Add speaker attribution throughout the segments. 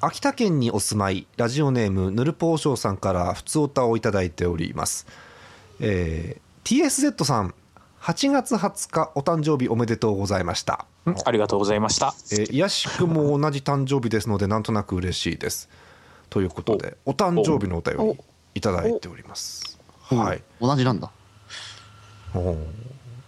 Speaker 1: 秋田県にお住まいラジオネームぬるぽうしょうさんから普通歌をいただいております、えー TSZ さん8月20日お誕生日おめでとうございましたん
Speaker 2: ありがとうございました。
Speaker 1: えー、いやしくも同じ誕生日ですのでなんとなく嬉しいですということでお誕生日のお便りいただいておりますはい
Speaker 3: 同 じなんだ
Speaker 1: おー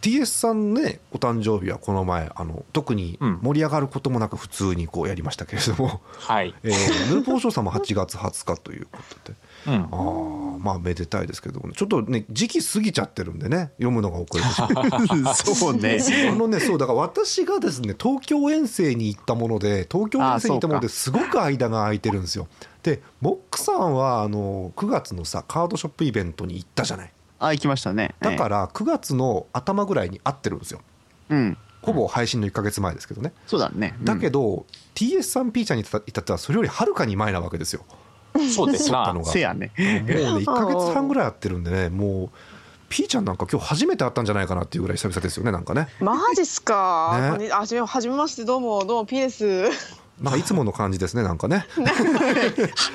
Speaker 1: TS さんねお誕生日はこの前あの特に
Speaker 2: うん
Speaker 1: 盛り上がることもなく普通にこうやりましたけれども、
Speaker 2: はい。
Speaker 1: えー、ヌルポーショーさんも8月20日ということで
Speaker 2: うん
Speaker 1: あ。ーまあめでたいですけどもちょっとね時期過ぎちゃってるんでね読むのが遅れてしまう
Speaker 3: そうね
Speaker 1: あのねそうだから私がですね東京遠征に行ったもので東京遠征に行ったもの
Speaker 3: あーそうか
Speaker 1: ですごく間が空いてるんですよでモックさんはあの9月のさカードショップイベントに行ったじゃない
Speaker 3: あ行きましたね
Speaker 1: だから9月の頭ぐらいに会ってるんですよ
Speaker 3: らうん
Speaker 1: ほぼ配信の1ヶ月前ですけどね
Speaker 3: そうだねうん
Speaker 1: だけど、TS さん P ちゃんに至ってはそれよりはるかに前なわけですよ
Speaker 2: そうです
Speaker 1: あ
Speaker 2: な
Speaker 1: の。が
Speaker 3: せやね
Speaker 1: もうね1ヶ月半ぐらいやってるんでねもう P ちゃんなんか今日初めて会ったんじゃないかなっていうぐらい久々ですよねなんかね
Speaker 4: マジっすか。
Speaker 1: ね
Speaker 4: あ、じめ、はじめまして、どうも、どうも、PS。
Speaker 1: なんかいつもの感じですねなんかね、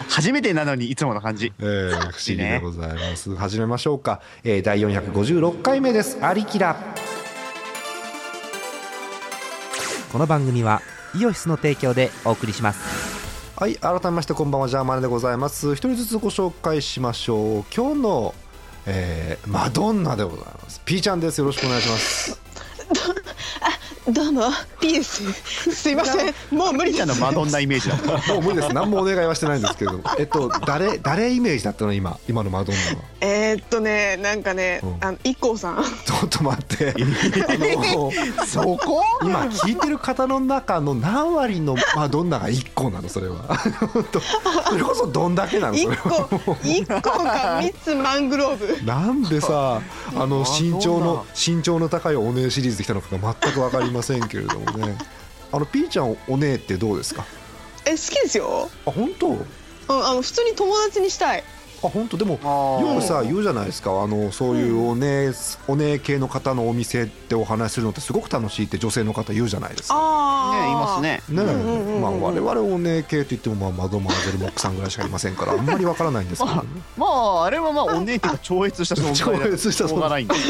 Speaker 3: 初めてなのにいつもの感じ
Speaker 1: えー、不思議でございます始めましょうか、えー、第456回目です「ありきら」
Speaker 5: この番組はイオシスの提供でお送りします
Speaker 1: はい改めましてこんばんはジャーマネでございます一人ずつご紹介しましょう今日の、えーマドンナでございます P ちゃんですよろしくお願いします
Speaker 4: どうも、PS。すいません、もう無理
Speaker 3: ピーち
Speaker 4: で
Speaker 3: ゃん
Speaker 4: す。
Speaker 3: のマドンナイメージだ った
Speaker 1: もう無理です何もお願いはしてないんですけれどもえっと誰誰イメージだったの今今のマドンナは
Speaker 4: えーっとね、なんかね
Speaker 1: うん、
Speaker 4: あの、一光さん。
Speaker 1: ちょっと待ってあ の
Speaker 3: そこ
Speaker 1: 今聞いてる方の中の何割のマドンナが1個なのそれは 本当それこそどんだけなの
Speaker 4: 一
Speaker 1: それは
Speaker 4: 個、一個か、三つマングローブ。
Speaker 1: なんで さあの
Speaker 3: マドンナ
Speaker 1: 身長の身長の高いお姉シリーズできたのかが全く分かりませんけれどもねあのピーちゃんお姉ってどうですか
Speaker 4: え、好きですよ。
Speaker 1: あ本当
Speaker 4: うん、あの、普通に友達にしたい。
Speaker 1: あ本当でも
Speaker 3: あー
Speaker 1: よくさ言うじゃないですかあのそういうお姉、お姉系の方のお店でお話しするのってすごく楽しいって女性の方言うじゃないですか
Speaker 4: ああ。
Speaker 3: ねいます。ね
Speaker 1: ねえ
Speaker 4: んうんうんうん
Speaker 1: まあ我々お姉系といってもまあマドマーゼルモックさんぐらいしかいませんからあんまりわからないんですけど、ね、
Speaker 3: まああれはまあお姉っていうか超越した存在だから
Speaker 1: 超越した存在
Speaker 3: しょうがないんだよ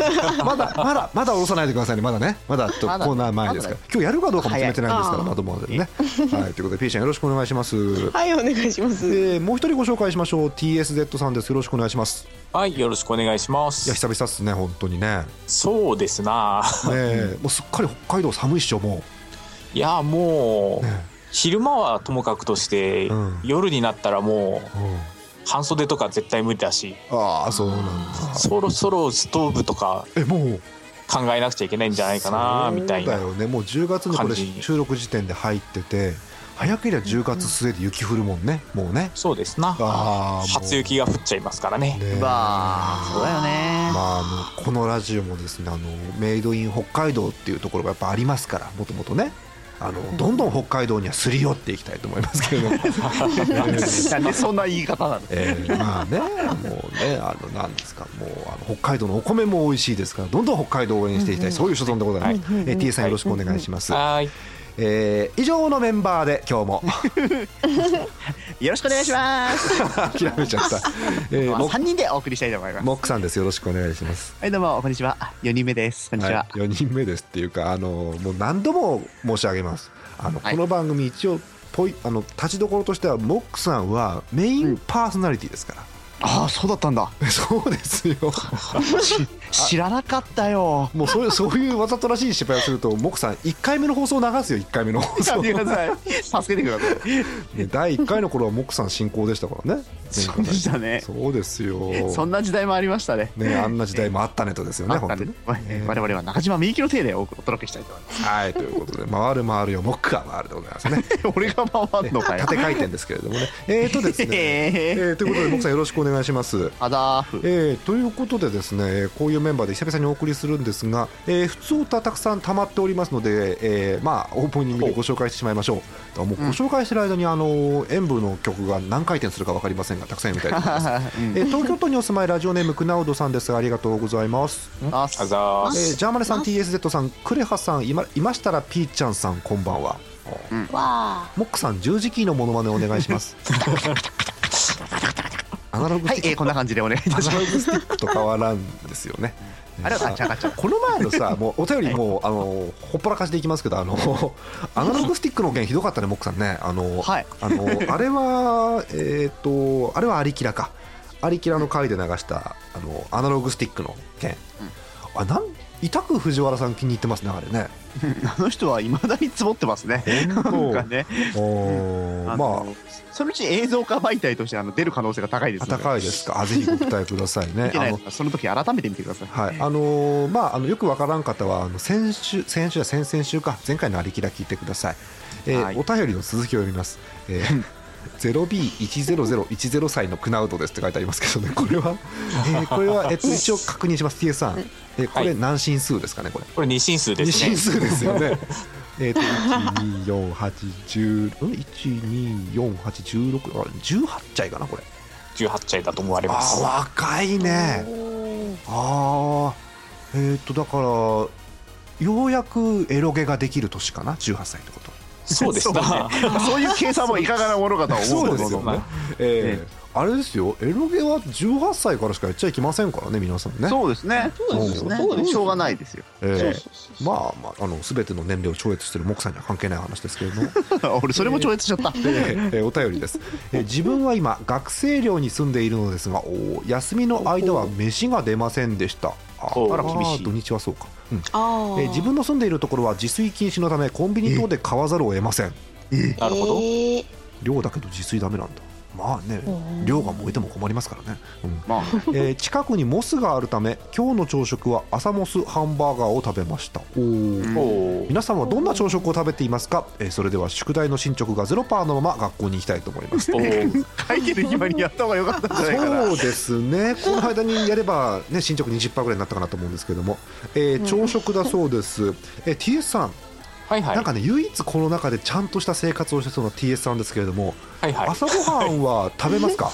Speaker 1: まだまだまだ下ろさないでくださいねまだねまだちょっとコ
Speaker 3: まだね
Speaker 1: ーナー前ですから、今日やるかどうかも決めてないんですから
Speaker 4: 早い
Speaker 1: マドマーゼルねはいということで P ちゃんよろしくお願いします、
Speaker 4: はい、お願いします。
Speaker 1: えーもう一人ご紹介しましょう TSZ さんですよろしくお願いします
Speaker 2: はい、よろしくお願いしま
Speaker 1: いや
Speaker 2: す。
Speaker 1: 久々っすね本当にねね
Speaker 2: そうですな。
Speaker 1: えもうすっかり北海道寒いっしょも
Speaker 2: いや、も
Speaker 1: う、
Speaker 2: う
Speaker 1: ね。
Speaker 2: 昼間はともかくとして、
Speaker 1: うん
Speaker 2: 夜になったらも
Speaker 1: えうん
Speaker 2: う半袖とか絶対無理だし
Speaker 1: ああそうなんだ
Speaker 2: そろそろストーブとか
Speaker 1: えもう
Speaker 2: 考えなくちゃいけないんじゃないかなみたいな
Speaker 1: そうだよねもう10月にこれ
Speaker 2: 感じ
Speaker 1: 収録時点で入ってて早ければ10月末で雪降るもんねもうね
Speaker 2: そうですな
Speaker 1: あーもう
Speaker 2: 初雪が降っちゃいますから ね
Speaker 1: ね
Speaker 3: まあそうだ よね
Speaker 1: まあ、あのこのラジオもですねあのメイドイン北海道っていうところがやっぱありますからもともとねあのどんどん北海道にはすり寄っていきたいと思いますけれど も、
Speaker 3: なんでそんな言い方なの
Speaker 1: えーまあねもうねあのなんですかもうあの北海道のお米も美味しいですからどんどん北海道を応援していきたい、そういう所存でございます、えー T さんよろしくお願いします、
Speaker 2: はーい
Speaker 1: えー以上のメンバーで今日も
Speaker 3: よろしくお願いします
Speaker 1: 諦めちゃ った、えー、モッ
Speaker 3: 三人でお送りしたいと思います
Speaker 1: モックさんですよろしくお願いします
Speaker 3: はいどうもこんにちは四人目ですこんにちは、
Speaker 1: い、4人目ですっていうかあのもう何度も申し上げますあの、
Speaker 3: はい
Speaker 1: この番組一応ポイあの立ちどころとしてはモックさんはメインパーソナリティですから、
Speaker 3: ああそうだったんだ
Speaker 1: そうです よ
Speaker 3: し知らなかっ たよ
Speaker 1: もうそういうそういうわざとらしい失敗をするとモックさん1回目の放送流すよ1回目の放
Speaker 3: や
Speaker 1: 送
Speaker 3: めてください助けてください
Speaker 1: ね第1回の頃はモックさん進行でしたからね
Speaker 3: そうでしたね
Speaker 1: そうですよ
Speaker 3: そんな時代もありましたね
Speaker 1: ね、あんな時代もあったねとですよね、
Speaker 3: あった
Speaker 1: 本
Speaker 3: ん
Speaker 1: 当
Speaker 3: で
Speaker 1: に
Speaker 3: ね
Speaker 1: ね。
Speaker 3: 我々は中島みゆきの手でお届けしたいと思い ま
Speaker 1: はい、ということで、回る回るよ、モックが回るでございますね。
Speaker 3: す俺が回んの かよ
Speaker 1: 縦回転ですけれどもね。えーとですね、えーということで、モックさんよろしくお願いします。
Speaker 3: アダー フ
Speaker 1: えーということでですねえーこういうメンバーで久々にお送りするんですが、えー、普通歌たくさん溜まっておりますので、えーまあオープニングでご紹介してしまいましょうもうご紹介してる間にあの演舞の曲が何回転するか分かりませんがたくさん読みたいと思いま す、えー東京都にお住まいラジオネームクナウドさんですありがとうございます、
Speaker 3: あ
Speaker 2: あ
Speaker 3: す
Speaker 2: ざ
Speaker 1: え
Speaker 2: ーす
Speaker 1: ージャーマネさん TSZ さんクレハさんいまいましたらピーちゃんさんこんばんは
Speaker 4: わあ。
Speaker 1: モックさん十字キーのモノマネお願いします アナログ
Speaker 3: はい
Speaker 1: ス、ティ
Speaker 3: え
Speaker 1: ッ
Speaker 3: ー、こんな感じでお願いいた
Speaker 1: ク、
Speaker 3: し
Speaker 1: アナ
Speaker 3: ま
Speaker 1: ロ
Speaker 3: す。
Speaker 1: グスティックと変わらんですよね
Speaker 3: あれはガチャガチャ。
Speaker 1: この前の さもうお便りもう、あのほっぽらかしでいきますけどあのアナログスティックの件ひどかったねモックさんねあの、
Speaker 3: はい。
Speaker 1: あのあれはえっ、とあれはアリキラかアリキラの回で流したあのアナログスティックの件、あなん痛く藤原さん気に入ってますねあれ ね
Speaker 3: あの人はいまだに積もってますね。なんかね、
Speaker 1: おー
Speaker 3: あ
Speaker 1: ま
Speaker 3: のそのうち映像化媒体としてあの出る可能性が高いで
Speaker 1: あ
Speaker 3: すので。
Speaker 1: 高いです かあぜひご期待くださいね
Speaker 3: 見て
Speaker 1: あ
Speaker 3: ない
Speaker 1: の
Speaker 3: ですかその時改めて見てください。
Speaker 1: はいあのーまあ、あのよくわからん方はあの先週先週や先々週か前回のありきら聞いてください、えー
Speaker 3: はい
Speaker 1: お便りの続きを読みます、えー 0B10010 歳のクナウドですって書いてありますけどねこれは、えーこれは、えっ と一応確認します TS さん、えーこ
Speaker 2: は
Speaker 1: れ
Speaker 2: い
Speaker 1: 何進数ですかねこれ
Speaker 2: これ二進数で
Speaker 1: 二
Speaker 2: すね
Speaker 1: 進数ですよ ねえっと124810124811618ちゃいかなこれ
Speaker 2: 18歳だと思われま
Speaker 1: あ
Speaker 2: す
Speaker 1: 若いねああえっ、とだからようやくエロゲができる年かな18歳ってこと
Speaker 2: そうでし
Speaker 3: ね
Speaker 2: た
Speaker 3: そういう計算もいかがなもの かとは思うものの
Speaker 2: ね
Speaker 1: ええあれですよエロゲは18歳からしかやっちゃいけませんからね皆さんね
Speaker 3: そうですね。
Speaker 1: うですよね
Speaker 3: そうですしょうがないですよ。
Speaker 1: ええ
Speaker 4: そうそうそうそう。
Speaker 1: まあまああの全ての年齢を超越してる木さんには関係ない話ですけれども
Speaker 3: 俺それも超越しちゃった。
Speaker 1: えーえーお便りです、えー自分は今学生寮に住んでいるのですがおー休みの間は飯が出ませんでしたあ
Speaker 2: おー
Speaker 1: あら厳しい
Speaker 3: あー
Speaker 1: 土日はそうか、うん
Speaker 4: ああ。
Speaker 1: えー自分の住んでいるところは自炊禁止のためコンビニ等で買わざるを得ません
Speaker 2: なるほど
Speaker 4: ええ
Speaker 1: 寮だけど自炊ダメなんだまあね
Speaker 4: うん
Speaker 1: 寮が燃えても困りますからね、うん
Speaker 3: まあ、
Speaker 1: えー近くにモスがあるため今日の朝食は朝モスハンバーガーを食べましたおー
Speaker 3: うん
Speaker 2: おー
Speaker 1: 皆さんはどんな朝食を食べていますか、えーそれでは宿題の進捗がゼロパーのまま学校に行きたいと思います
Speaker 2: おー
Speaker 3: 書いてる暇にやった方が良かったんじゃないかな
Speaker 1: そ。うですね、この間にやれば、ね、進捗20%ぐらいになったかなと思うんですけども、えー朝食だそうです、えー TS さん、
Speaker 2: はいはい
Speaker 1: なんかね、唯一この中でちゃんとした生活をしてそうな TS さんですけれども、
Speaker 2: はいはい
Speaker 1: 朝ごはんは食べますか、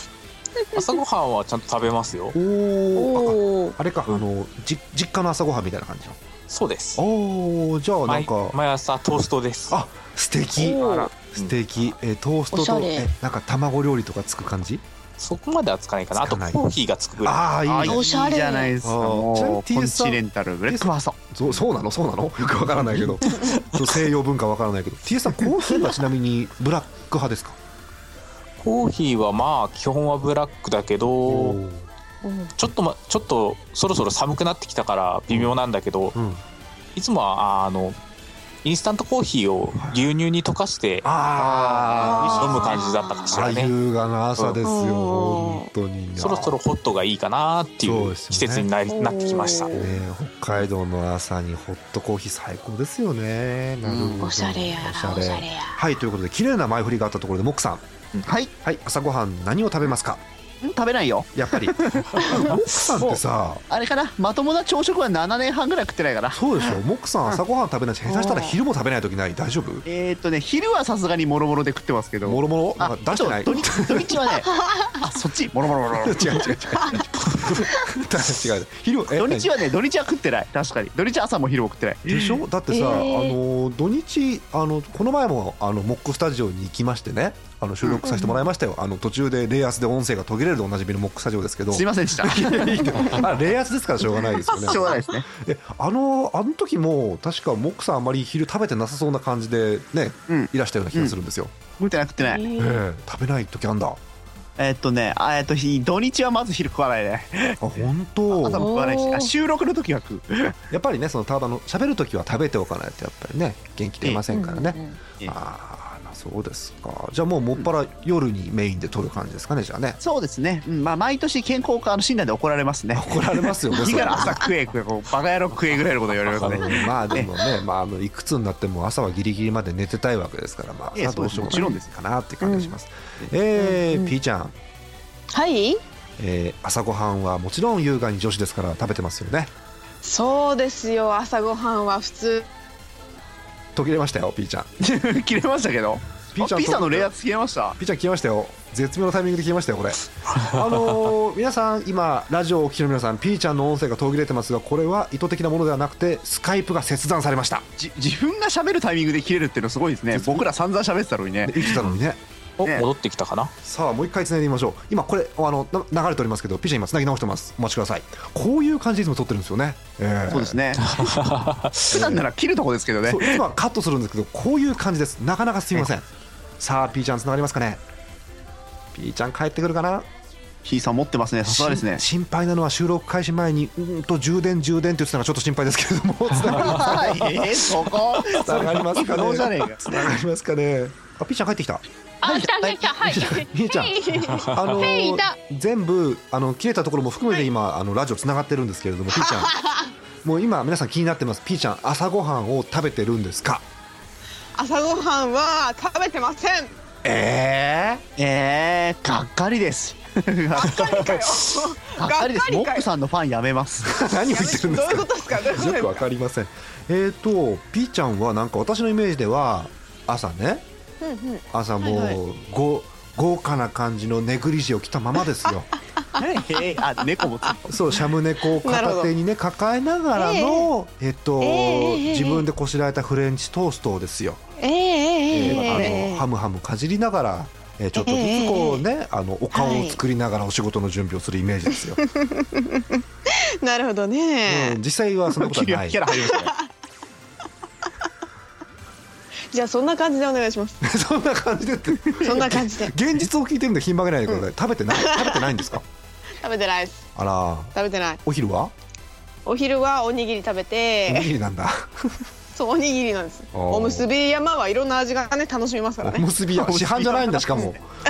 Speaker 2: 朝ごはんはちゃんと食べますよ
Speaker 1: おーあ
Speaker 4: おお。
Speaker 1: あれか、あのじ実家の朝ごはんみたいな感じの、
Speaker 2: そうです
Speaker 1: おーじゃあ、なん
Speaker 2: 毎
Speaker 1: か、
Speaker 2: 毎朝トーストです
Speaker 1: あ素敵
Speaker 4: おー
Speaker 2: あら
Speaker 1: 素敵、えートースト
Speaker 4: おしゃ
Speaker 1: と、
Speaker 4: れ
Speaker 1: えなんか卵料理とかつく感じ、
Speaker 2: そこまではつかないかなあ
Speaker 1: つか
Speaker 2: と
Speaker 1: ない
Speaker 2: コーヒーがつくぐらい
Speaker 1: ああ、いい
Speaker 3: あ
Speaker 1: ね
Speaker 3: いいじゃないですか。
Speaker 1: あー
Speaker 3: もう
Speaker 1: ちなみ
Speaker 3: コ
Speaker 1: に
Speaker 3: ン
Speaker 1: TS さん
Speaker 3: チネンタルブレックファースト。
Speaker 1: そうそうなのそうなのよくわからないけどそう西洋文化わからないけど TS さんコーヒーはちなみにブラック派ですか
Speaker 2: コーヒーはまあ基本はブラックだけどちょっとまちょっとそろそろ寒くなってきたから微妙なんだけど
Speaker 1: うん、
Speaker 2: いつもはああのインスタントコーヒーを牛乳に溶かして
Speaker 1: あ
Speaker 4: あー
Speaker 2: 飲む感じだったかし
Speaker 1: あ
Speaker 2: らね
Speaker 1: 優雅な朝ですよ、
Speaker 4: うん
Speaker 1: 本当に
Speaker 2: そろそろホットがいいかなって
Speaker 1: そう
Speaker 2: いう
Speaker 1: ですよね
Speaker 2: 季節にな,、
Speaker 4: うん
Speaker 2: なってきました
Speaker 1: ね北海道の朝にホットコーヒー最高ですよねなるほど、
Speaker 4: おしゃれや
Speaker 1: おしゃ
Speaker 4: な。お
Speaker 1: れ
Speaker 4: しゃれや。
Speaker 1: はいということで綺麗な前振りがあったところでモックさん
Speaker 3: はい。ん
Speaker 1: はい朝ごはん何を食べますか
Speaker 3: 食べないよ。
Speaker 1: やっぱりモックさんってさ
Speaker 3: あれかな。まともな朝食は7年半ぐらい食ってないから。
Speaker 1: そうでしょモックさん朝ごはん食べないし下手したら昼も食べない時ない大丈夫
Speaker 3: えーっとね、昼はさすがにもろもろで食ってますけど。
Speaker 1: もろもろな
Speaker 3: あ
Speaker 1: んか出してない
Speaker 3: ちょっと土日土日はね、あそっち、もろもろもろ もろ。
Speaker 1: 違う違う違う違う違う違う昼え
Speaker 3: 土日はね、土日は食ってない。確かに。土日朝も昼も食ってない。
Speaker 1: 何でしょだってさ、
Speaker 4: えー
Speaker 1: あの土日あのこの前もあのモックスタジオに行きましてねあの収録させてもらいましたよ、あの途中でレイアスで音声が途切れるでおなじみのモックスタジオですけど
Speaker 3: すいませ んでした。し
Speaker 1: あレイアスですからしょうがないですよ ね
Speaker 3: ょうがないですね。
Speaker 1: えあのあの時も確かモックさんあんまり昼食べてなさそうな感じでね、
Speaker 3: うん
Speaker 1: いらしたような気がするんですよ、
Speaker 3: 食ってない食ってない。
Speaker 1: ええ食べない時あんだあ
Speaker 3: えーっとね、あえーっと、ひ土日はまず昼食わないね。
Speaker 1: 本
Speaker 3: 朝も
Speaker 1: 当
Speaker 3: 食わないし、
Speaker 4: おー
Speaker 3: あ収録の時は 食う。
Speaker 1: やっぱりねそのただの喋る時は食べておかないとやっぱりね元気出ませんからね、
Speaker 3: ええ
Speaker 1: ああそうですかじゃあもうもっぱら夜にメインで撮る感じですかねじゃあ ね
Speaker 3: そうですね。うんまあ、毎年健康科の診断で怒られますね。
Speaker 1: 怒られますよね
Speaker 3: いい
Speaker 1: そ
Speaker 3: か
Speaker 1: れ
Speaker 3: ら朝食え食え、こうバカ野郎食えぐらいのこと言われま
Speaker 1: あ
Speaker 3: す
Speaker 1: の
Speaker 3: ね。
Speaker 1: まあでもね、まあ、あのいくつになっても朝はギリギリまで寝てたいわけですからまあ
Speaker 3: ええ
Speaker 1: 朝どうしようも
Speaker 3: そうですもちろ
Speaker 1: なんい
Speaker 3: です
Speaker 1: かなって感じします、えー、ピーちゃん、
Speaker 4: はい。
Speaker 1: えー朝ごはんはもちろん優雅に女子ですから食べてますよね
Speaker 4: そうですよ。朝ごはんは普通。
Speaker 1: 途切れましたよピーちゃん
Speaker 3: 切れましたけど。
Speaker 1: ピーちゃん
Speaker 3: ピザのレイヤーつけました
Speaker 1: ピーちゃん消えましたよ絶妙なタイミングで消えましたよ これあのー皆さん今ラジオをお聞きの皆さんピーちゃんの音声が途切れてますがこれは意図的なものではなくてスカイプが切断されました
Speaker 3: じ自分が喋るタイミングで切れるっていうのすごいですね僕ら散々喋ってたのにね
Speaker 1: で生きてたのにね
Speaker 2: お
Speaker 3: ね
Speaker 2: 戻ってきたかな
Speaker 1: さあもう一回つないでみましょう今これあのな流れておりますけどピーちゃん今つなぎ直してますお待ちくださいこういう感じでいつも撮ってるんですよね、えー
Speaker 3: そうです ね普段なら切るとこですけどね
Speaker 1: そう今カットするんですけどこういう感じですなかなかすみませんさあピーちゃんつながりますかねピーちゃん帰ってくるかな
Speaker 3: ひいさん持ってますねさすが ですね
Speaker 1: し心配なのは収録開始前にうーんと充電充電って言ってたのがちょっと心配ですけれどもつながりま
Speaker 3: はいえーそこ
Speaker 1: つながりますかね
Speaker 3: それ不能じゃねえか
Speaker 1: つながりますかねあピーちゃん帰ってきた
Speaker 6: あ、来た来た来た、はい。
Speaker 1: みーちゃん
Speaker 6: は
Speaker 1: あの
Speaker 6: ペイいた
Speaker 1: 全部あの切れたところも含めて今、あのラジオつながってるんですけれどもピーちゃんもう今皆さん気になってますピーちゃん朝ごはんを食べてるんですか
Speaker 4: 朝ごはんは食べてませ ん
Speaker 3: えー、えー、がっかりです。がっ
Speaker 4: がっかりかよ
Speaker 3: かりです。
Speaker 4: が
Speaker 3: モ
Speaker 4: っか
Speaker 3: ッ
Speaker 4: り
Speaker 3: プさんのファンやめます。
Speaker 1: 何を
Speaker 4: や
Speaker 1: 言
Speaker 4: め
Speaker 1: って
Speaker 4: て
Speaker 1: るんで
Speaker 4: ど
Speaker 1: す
Speaker 4: うい
Speaker 1: か
Speaker 4: うことですかどういうこと
Speaker 1: よ
Speaker 4: です
Speaker 1: く
Speaker 4: か
Speaker 1: わかりませんえっ、とピーちゃんはなんか私のイメージでは朝ね
Speaker 4: うんうん
Speaker 1: 朝もう、
Speaker 4: はい
Speaker 1: ご豪華な感じのネグリジェを着たままですよ
Speaker 3: えー、あ、猫もついてる。
Speaker 1: そうシャム猫を片手にね抱えながらのえっと、
Speaker 4: ええええ
Speaker 1: 自分でこしらえたフレンチトーストをですよ、
Speaker 4: えええ
Speaker 1: え
Speaker 4: え
Speaker 1: ー
Speaker 4: え
Speaker 1: あの
Speaker 4: え
Speaker 1: ハムハムかじりながら、えーちょっとずつこうね、あのお顔を作りながらお仕事の準備をするイメージですよ、
Speaker 4: なるほどね、
Speaker 1: うん、実際はそんなこと
Speaker 3: キ
Speaker 1: はな
Speaker 3: ラ
Speaker 1: い
Speaker 3: キラ入りましたね。
Speaker 4: じゃあそんな感じでお願いします
Speaker 1: そんな感じでって
Speaker 4: そんな感じで
Speaker 1: 現実を聞いてるんでひん曲げないでください、食べてない食べてないんですか
Speaker 4: 食べてないです
Speaker 1: あら
Speaker 4: 食べてない
Speaker 1: お昼は
Speaker 4: お昼はおにぎり食べ
Speaker 1: おに
Speaker 4: て
Speaker 1: ぎりなんだ
Speaker 4: そうおにぎりなんです
Speaker 1: おー
Speaker 4: おむすび山はいろんな味がね楽しめますから
Speaker 1: お
Speaker 4: ね
Speaker 1: むすび屋市販じゃないんだしかも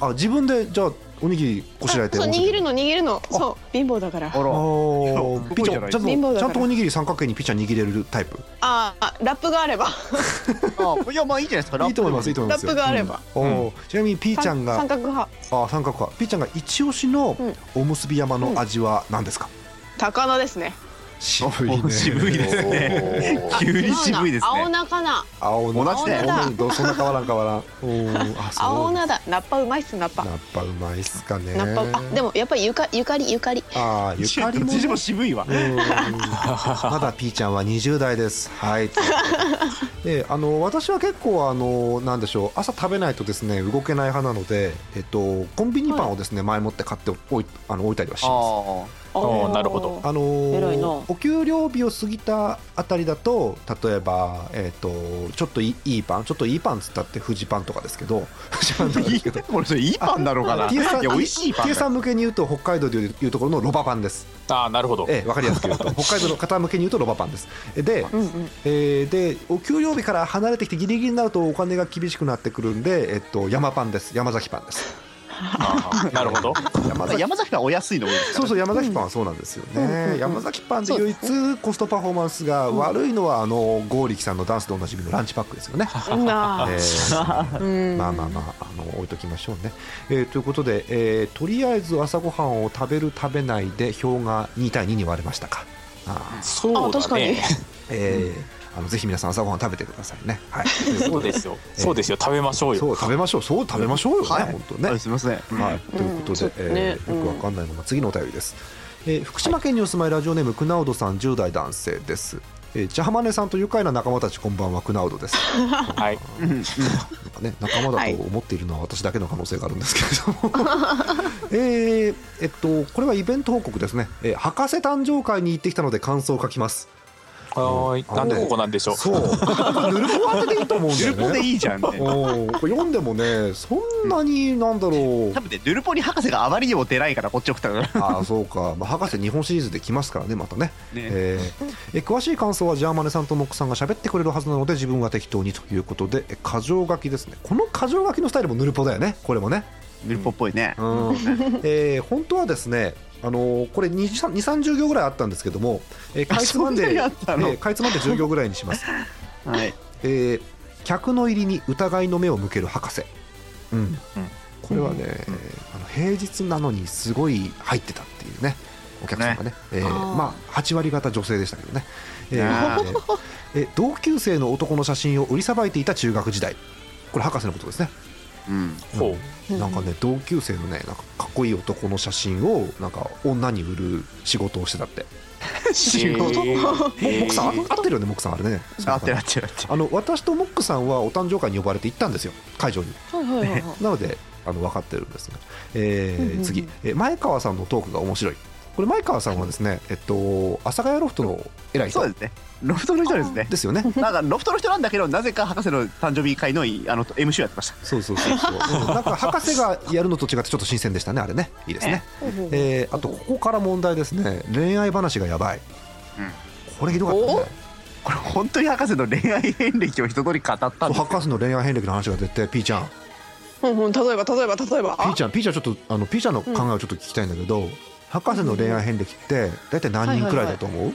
Speaker 1: おあ自分でじゃあおにぎりこしらえて
Speaker 4: そう握る
Speaker 1: の
Speaker 4: の握るのそう貧乏だから
Speaker 3: あら、
Speaker 1: おー
Speaker 3: いや
Speaker 1: ピーちゃんちゃん
Speaker 4: 貧
Speaker 1: と
Speaker 4: 乏だから
Speaker 1: ちゃんとおにぎり三角形にピーちゃん握れるタイプ
Speaker 4: ああラップがあれば
Speaker 3: あ、いやまあいいじゃないですか。
Speaker 1: いいと思いますいいと思い
Speaker 4: ラ
Speaker 1: ます
Speaker 4: ップがあれば、
Speaker 1: おーちなみにピーちゃんが
Speaker 4: 三角派
Speaker 1: あ三角かピーちゃんが一押しの
Speaker 4: うん
Speaker 1: おむすび山の味は何ですか
Speaker 4: 高菜ですね
Speaker 1: 渋
Speaker 3: お渋いです ね。
Speaker 4: あ
Speaker 3: 急に渋いです
Speaker 4: 違うな青
Speaker 3: ね。
Speaker 4: 菜かな
Speaker 1: 青菜
Speaker 3: 同じだよ
Speaker 1: 青菜どうそんな変わらん変わらんおーあ
Speaker 4: 青
Speaker 1: そう
Speaker 4: 菜だラッパうまいっすナッパ
Speaker 1: ナッパうまいっすかね
Speaker 4: ナッパあでもやっぱりゆかゆかりゆかり
Speaker 1: あーゆかり
Speaker 3: ど
Speaker 1: も
Speaker 3: っ
Speaker 1: ね
Speaker 3: ちでも渋いわ
Speaker 1: う。ーんまだピーちゃんは20代です。はい。で、あの私は結構あのなんでしょう、朝食べないとですね動けない派なので、えっとコンビニパンをですね、前もって買っておいあの置いたりはします。
Speaker 3: あ
Speaker 2: おーなるほど
Speaker 1: あの
Speaker 4: 偉いな
Speaker 1: お給料日を過ぎたあたりだと例えば、えっとちょっといいいいパンちょっといいパンっつったってフジパンとかですけどフジパンとかですけど
Speaker 3: あ。これそれいいパンなのかな。い
Speaker 1: T さん
Speaker 3: や美味しいパ
Speaker 1: T
Speaker 3: ン
Speaker 1: さ
Speaker 3: だ。
Speaker 1: ん向けに言うと北海道でいうところのロバパンです。
Speaker 2: ああなる ほど
Speaker 1: ええ、わかりやすく言うと北海道の方向けに言うとロバパンですで,、
Speaker 4: うんうん
Speaker 1: えーでお給料日から離れてきてギリギリになるとお金が厳しくなってくるんで、えっと、山パンです山崎パンです
Speaker 2: あー なるほど
Speaker 1: 山崎
Speaker 3: 山崎がお安いの多いですか
Speaker 1: そ
Speaker 3: ら
Speaker 1: うそう山崎パンはそうなんですよね、山崎パンで唯一コストパフォーマンスが悪いのは、あの剛力さんのダンスでおなじみのランチパックですよね、
Speaker 4: なあ
Speaker 1: えー
Speaker 4: うん
Speaker 1: まあまあまああの置いときましょうね、えーということで、えーとりあえず朝ごはんを食べる食べないで票が2対2に割れましたかあー
Speaker 2: そう
Speaker 4: あ確
Speaker 2: だ
Speaker 4: かに
Speaker 2: ね
Speaker 1: えーあのぜひ皆さん朝ごはん食べてくださいね。 はい。
Speaker 2: そうですよそうですよ食べましょう
Speaker 1: そ
Speaker 2: よ
Speaker 1: う食べましょう。そう食べましょうよね。
Speaker 3: はい
Speaker 1: 本当ね。
Speaker 3: は
Speaker 1: はいい。
Speaker 3: すみません。
Speaker 1: ということで、
Speaker 4: うん
Speaker 1: えー
Speaker 4: そうね
Speaker 1: よくわかんないのが次のお便りです。えー福島県にお住まいラジオネームクナウドさん10代男性です。えー、ジャハマネさんと愉快な仲間たちこんばんはクナウドです。
Speaker 2: はい
Speaker 3: うん
Speaker 1: なんかね、仲間だと思っているのは私だけの可能性があるんですけれども、えーえっと、これはイベント報告ですね、えー博士誕生会に行ってきたので感想を書きます
Speaker 2: はーいなんでここなんでしょう
Speaker 1: そうぬるぽ当てでいいと思うんだ
Speaker 3: ヌ
Speaker 1: よ
Speaker 3: ル
Speaker 1: ね
Speaker 3: ポでいいじゃんね。
Speaker 1: おーこれ読んでもねそんなになんだろう
Speaker 3: 多分ね、ヌルポに博士があまりにも出ないからこっち送ったから。
Speaker 1: ああそうか、まあ、博士日本シリーズで来ますからねまたね
Speaker 3: ね。
Speaker 1: えーえ詳しい感想はジャーマネさんとモックさんが喋ってくれるはずなので自分は適当にということでえ箇条書きですねこの箇条書きのスタイルもヌルポだよねこれもね、
Speaker 3: ヌルポっぽいね。
Speaker 1: うん えー本当はですねあのーこれ2 3 0行ぐらいあったんですけども、えー、かいつまん
Speaker 3: そんな
Speaker 1: で、
Speaker 3: に
Speaker 1: え
Speaker 3: あったの
Speaker 1: ーかいつまんで10行ぐらいにします
Speaker 3: はい。
Speaker 1: えー客の入りに疑いの目を向ける博士、うんこれはね、えーあの平日なのにすごい入ってたっていうねお客さんがねえー
Speaker 4: あー
Speaker 1: まあ8割方女性でしたけどね、えー
Speaker 3: あー
Speaker 1: えーえー同級生の男の写真を売りさばいていた中学時代これ博士のことですね
Speaker 3: うん
Speaker 2: ほう
Speaker 1: なんかね同級生のねなんかかっこいい男の写真をなんか女に売る仕事をしてたって
Speaker 3: 仕
Speaker 2: え
Speaker 3: 事
Speaker 2: ーえー
Speaker 1: モックさん合ってるよねモックさんあれね
Speaker 3: あってるあってるあってる
Speaker 1: あの私とモックさんはお誕生会に呼ばれて行ったんですよ会場に
Speaker 4: はいはいはいはい
Speaker 1: なのであの分かってるんですが、えー
Speaker 4: うんうんうん
Speaker 1: 次、えー前川さんのトークが面白いこれ前川さんはですねえっと阿佐ヶ谷ロフトの偉い人
Speaker 3: そうですねロフトの人ですね
Speaker 1: ですよね
Speaker 3: なんかロフトの人なんだけどなぜか博士の誕生日会のいあの MC をやってました
Speaker 1: そうそうそうそううんなんか博士がやるのと違ってちょっと新鮮でしたねあれねいいですね、
Speaker 4: ほうほう
Speaker 1: えーあとここから問題ですね恋愛話がやばい、これひどかったね
Speaker 3: これ本当に博士の恋愛遍歴を一通り語ったん
Speaker 1: そう
Speaker 3: ですよ
Speaker 1: 博士の恋愛遍歴の話が出てピーちゃん
Speaker 4: うんうん例えば例えば例えば
Speaker 1: ピーちゃんピーちゃんちょっとあのピーちゃんの考えをちょっと聞きたいんだけど、博士の恋愛遍歴って大体何人くらいだと思う、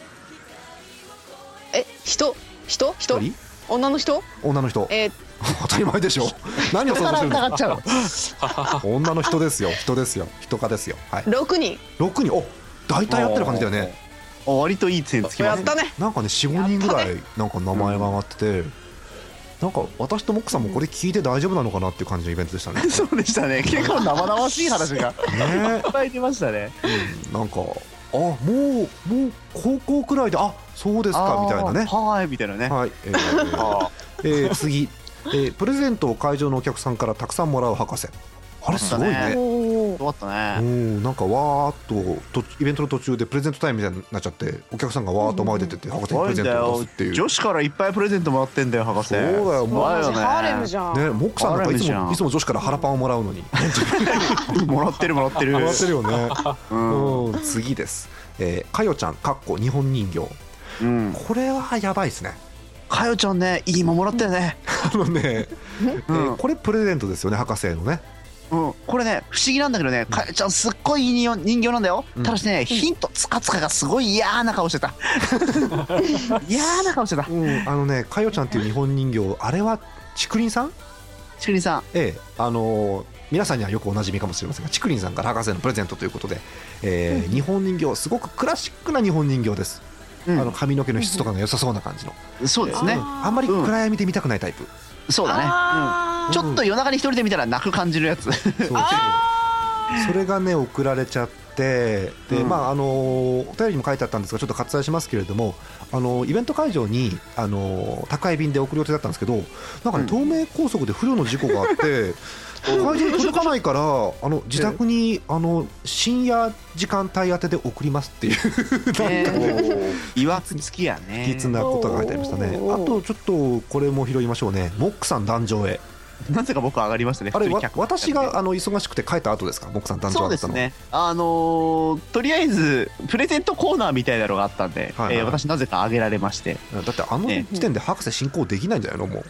Speaker 4: え人人人
Speaker 1: 一人
Speaker 4: 女の人
Speaker 1: 女の人
Speaker 4: えー、
Speaker 1: 当たり前でしょ何を想像してるんですか
Speaker 3: 疑っちゃうの
Speaker 1: 女の人ですよ人ですよ人かですよはい
Speaker 4: 6人
Speaker 1: 6人お大体合ってる感じだよね
Speaker 3: あ割といい点つき
Speaker 4: や
Speaker 3: ま
Speaker 4: っ
Speaker 3: す
Speaker 4: たね
Speaker 1: なんかね45人ぐらいなんか名前が上がっててなんか私とモックさんもこれ聞いて大丈夫なのかなっていう感じのイベントで したねね
Speaker 3: そうでしたね結構生々しい話がいっぱい出ましたね
Speaker 1: えなんかあもうもう高校くらいであそうですかみたいなね
Speaker 3: あーはーいみたいなね
Speaker 1: はい、えー
Speaker 2: あ
Speaker 1: えー次、えープレゼントを会場のお客さんからたくさんもらう博士あれすごい
Speaker 3: そうだ
Speaker 1: ね
Speaker 3: ね
Speaker 4: おー
Speaker 3: 終わった
Speaker 1: う
Speaker 3: ね
Speaker 1: んなんかわーっととイベントの途中でプレゼントタイムみたいになっちゃってお客さんがわーっと前出てって博士にプ
Speaker 3: 怖
Speaker 1: レ
Speaker 3: い
Speaker 1: ゼ
Speaker 3: ん
Speaker 1: ン
Speaker 3: だ
Speaker 1: トを出す
Speaker 3: よ
Speaker 1: っていう
Speaker 3: 女子からいっぱいプレゼントもらってんだよ博士
Speaker 1: そうだよも
Speaker 3: 怖いよね
Speaker 4: ハーレムじゃん、
Speaker 1: ねモックさんなんかい
Speaker 3: あれ
Speaker 1: つ
Speaker 3: じゃ
Speaker 1: も
Speaker 3: ん
Speaker 1: いつも女子から腹パンをもらうのに
Speaker 3: もらってるもらってる
Speaker 1: もらってるよ ね
Speaker 3: うん
Speaker 1: うん次です、えー、かよちゃんかっこ日本人形
Speaker 3: うん
Speaker 1: これはやばいですね
Speaker 3: かよちゃんねいいもんもらったよね
Speaker 1: あのね、えー
Speaker 3: うん
Speaker 1: これプレゼントですよね博士へのね
Speaker 3: うんこれね不思議なんだけどねかよちゃんすっごいいい人形人形なんだよ
Speaker 1: うん
Speaker 3: ただしねヒントつかつかがすごい嫌な顔して た嫌な顔してた
Speaker 1: うんあのねかよちゃんっていう日本人形あれは竹林さん
Speaker 3: しくりさん
Speaker 1: ええあのー皆さんにはよくおなじみかもしれませんが竹林さんから博士へのプレゼントということで、えー日本人形すごくクラシックな日本人形です、
Speaker 3: うん
Speaker 1: あの髪の毛の質とかが良さそうな感じの、
Speaker 3: そうですね
Speaker 1: うんあんまり
Speaker 3: うん
Speaker 1: 暗闇で見たくないタイプ、
Speaker 3: そうだねうん
Speaker 4: あー
Speaker 3: ちょっと夜中に一人で見たら泣く感じるやつ
Speaker 1: そうそれがね送られちゃってで、
Speaker 3: うん
Speaker 1: まああのーお便りにも書いてあったんですがちょっと割愛しますけれどもあのーイベント会場にあのー宅配便で送る予定だったんですけどなんかね、
Speaker 3: うん
Speaker 1: 東名高速で不慮の事故があって 会場に届かないからあの自宅にあの深夜時間帯当てで送りますっていう
Speaker 3: ねいわくつきやね
Speaker 1: 秘密なことが書いてありましたね
Speaker 4: お
Speaker 1: あ
Speaker 4: ー
Speaker 1: とちょっとこれも拾いましょうねモックさん壇上へ
Speaker 3: なぜか僕上がりましたね
Speaker 1: あれ
Speaker 3: 普通に
Speaker 1: わ
Speaker 3: 客
Speaker 1: 私があの忙しくて帰った後ですかモックさん壇上
Speaker 3: そ
Speaker 1: 上
Speaker 3: う
Speaker 1: が
Speaker 3: で
Speaker 1: った
Speaker 3: す
Speaker 1: の
Speaker 3: ねあのーとりあえずプレゼントコーナーみたいなのがあったんで、
Speaker 1: はいはい
Speaker 3: えー私なぜか上げられまして
Speaker 1: だってあの
Speaker 3: ね
Speaker 1: 時点で博士進行できないんじゃないのも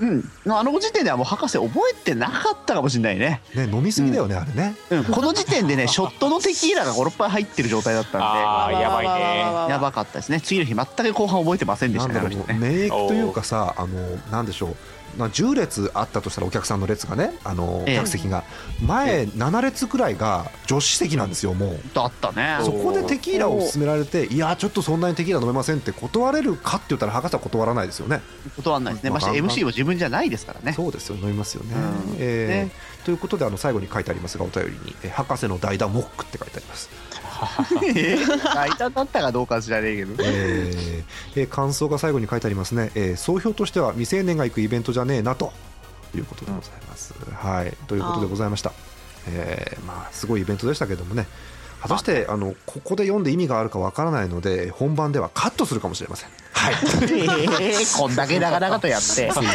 Speaker 3: うんあの時点ではもう博士覚えてなかったかもしれないね、
Speaker 1: うね飲みすぎだよね、あれね
Speaker 3: うん、この時点 でねショットのテキーラが56杯入ってる状態だったん
Speaker 2: あーやばいね
Speaker 4: わわわわわ
Speaker 3: で
Speaker 4: わ
Speaker 3: やばかったですね次の日全く後半覚えてませんでし
Speaker 1: な
Speaker 3: た
Speaker 1: ん
Speaker 3: ね
Speaker 1: だろう
Speaker 3: あの人
Speaker 1: もう
Speaker 3: ね
Speaker 1: 免疫というかさあのなんでしょうな10列あったとしたらお客さんの列がねあの
Speaker 3: ええ
Speaker 1: 客席が前7列くらいが女子席なんですよもう
Speaker 3: だったね
Speaker 2: お
Speaker 1: そこでテキーラを勧められていやちょっとそんなにテキーラ飲めませんって断れるかって言ったら博士は断らないですよね
Speaker 3: 断んないですね
Speaker 1: まあ
Speaker 3: まして
Speaker 1: まあ
Speaker 3: MC も自分じゃないですからね
Speaker 1: そうですよ飲みますよね,、
Speaker 3: うん
Speaker 1: えー
Speaker 3: ね
Speaker 1: ということであの最後に書いてありますがお便りにえ「博士の代打モック」って書いてあります
Speaker 3: 大胆だったかどうかは知らねえけど
Speaker 1: えーえー感想が最後に書いてありますね、えー総評としては未成年が行くイベントじゃねえなということでございます。はいということでございました。えーまあ、すごいイベントでしたけどもね果たしてあのここで読んで意味があるかわからないので本番ではカットするかもしれません。はい
Speaker 3: えー こんだけ長々とやって
Speaker 1: すいませんね、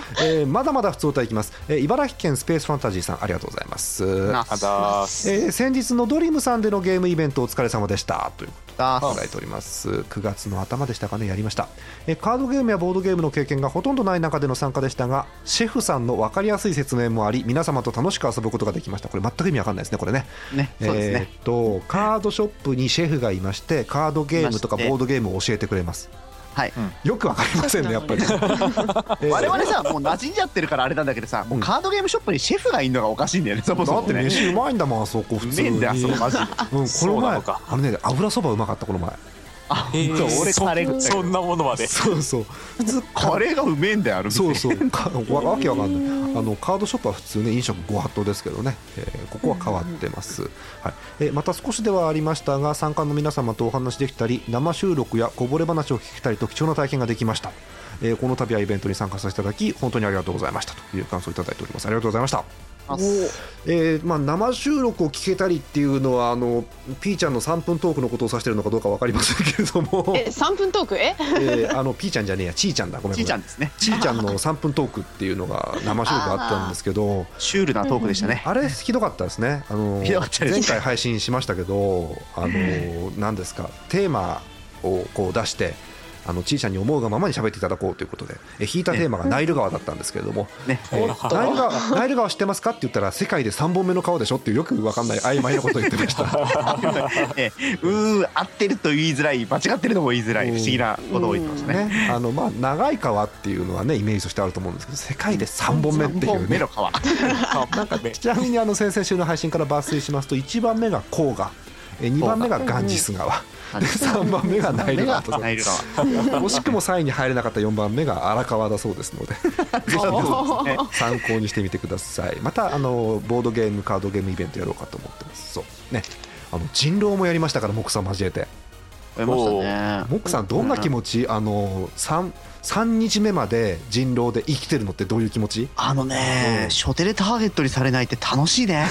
Speaker 1: えーまだまだ普通歌いきます、えー茨城県スペースファンタジーさんありがとうございます、
Speaker 3: な
Speaker 2: あだーす
Speaker 1: えー先日のドリームさんでのゲームイベントお疲れ様でしたということで
Speaker 3: だ
Speaker 1: いただいております9月の頭でしたかねやりましたえカードゲームやボードゲームの経験がほとんどない中での参加でしたがシェフさんの分かりやすい説明もあり皆様と楽しく遊ぶことができましたこれ全く意味わかんないですねこれね
Speaker 3: ねそうですね
Speaker 1: えーっとカードショップにシェフがいましてカードゲームとか
Speaker 3: いまして
Speaker 1: ボードゲームを教えてくれます
Speaker 3: はい
Speaker 1: よくわかりませんねやっぱ り、えー
Speaker 3: 我々さもう馴染んじゃってるからあれなんだけどさもうカードゲームショップにシェフがいるのがおかしいんだよねそもそ
Speaker 1: だ
Speaker 3: も
Speaker 1: って
Speaker 3: ね
Speaker 1: 飯うまいんだもんあそこ普
Speaker 3: う
Speaker 1: 通
Speaker 3: めえ
Speaker 1: に
Speaker 3: んだよあそこマジで
Speaker 1: うん、この
Speaker 2: そうな
Speaker 1: 前
Speaker 2: のか
Speaker 1: あのね油そばうまかったこの前
Speaker 3: あ、
Speaker 2: えー
Speaker 3: そう俺
Speaker 2: そ
Speaker 3: カレー食ったけ
Speaker 2: そ
Speaker 3: ど
Speaker 2: んなものまで
Speaker 1: そうそう普通
Speaker 3: カレーがうめえんだよあの店
Speaker 1: そうそうかわわけわかんないあのカードショップは普通ね飲食ご法度ですけどね、えーここは変わってます、はいえーまた少しではありましたが参加の皆様とお話できたり生収録やこぼれ話を聞けたりと貴重な体験ができました、えーこの度はイベントに参加させていただき本当にありがとうございましたという感想をいただいておりますありがとうございました
Speaker 3: あ
Speaker 1: えーまあ、生収録を聞けたりっていうのはあのピーちゃんの3分トークのことを指してるのかどうか分かりませんけれども、
Speaker 4: え、3分トークえ
Speaker 1: えーあのピーちゃんじゃねえやちーちゃんだごめんごめ
Speaker 3: ちいちゃんですね
Speaker 1: ちーちゃんの3分トークっていうのが生収録あったんですけ ど
Speaker 3: シュールなトークでしたね
Speaker 1: あれひどかったですねあの
Speaker 3: ひどかったですね
Speaker 1: 前回配信しましたけどあの何ですかテーマをこう出してあのちーちゃんに思うがままに喋っていただこうということでえ引いたテーマがナイル川だったんですけれども
Speaker 3: ね
Speaker 1: えーナイル川ナイル川知ってますかって言ったら世界で3本目の川でしょっていうよく分かんない曖昧なことを言ってま した
Speaker 3: えうー合ってると言いづらい間違ってるのも言いづらい不思議なことを言ってましたね
Speaker 1: ねあのまあ長い川っていうのはねイメージとしてあると思うんですけど世界で3本目っていうね
Speaker 3: 目の皮
Speaker 2: なんかね
Speaker 1: ち なみにあの先々週の配信から抜粋しますと1番目が黄河え2番目がガンジス川 で3番目がナイル川と
Speaker 3: ナイル川
Speaker 1: 惜しくも3位に入れなかった4番目が荒川だそうですのでぜひ
Speaker 3: そうですね
Speaker 1: 参考にしてみてくださいまたあのボードゲームカードゲームイベントやろうかと思ってますそうねあの人狼もやりましたからモクさん交えて
Speaker 3: 思いましたね
Speaker 1: モクさんどんな気持ちあの 3, 3日目まで人狼で生きてるのってどういう気持ち
Speaker 3: あのね、
Speaker 1: うん
Speaker 3: 初手でターゲットにされないって楽し いね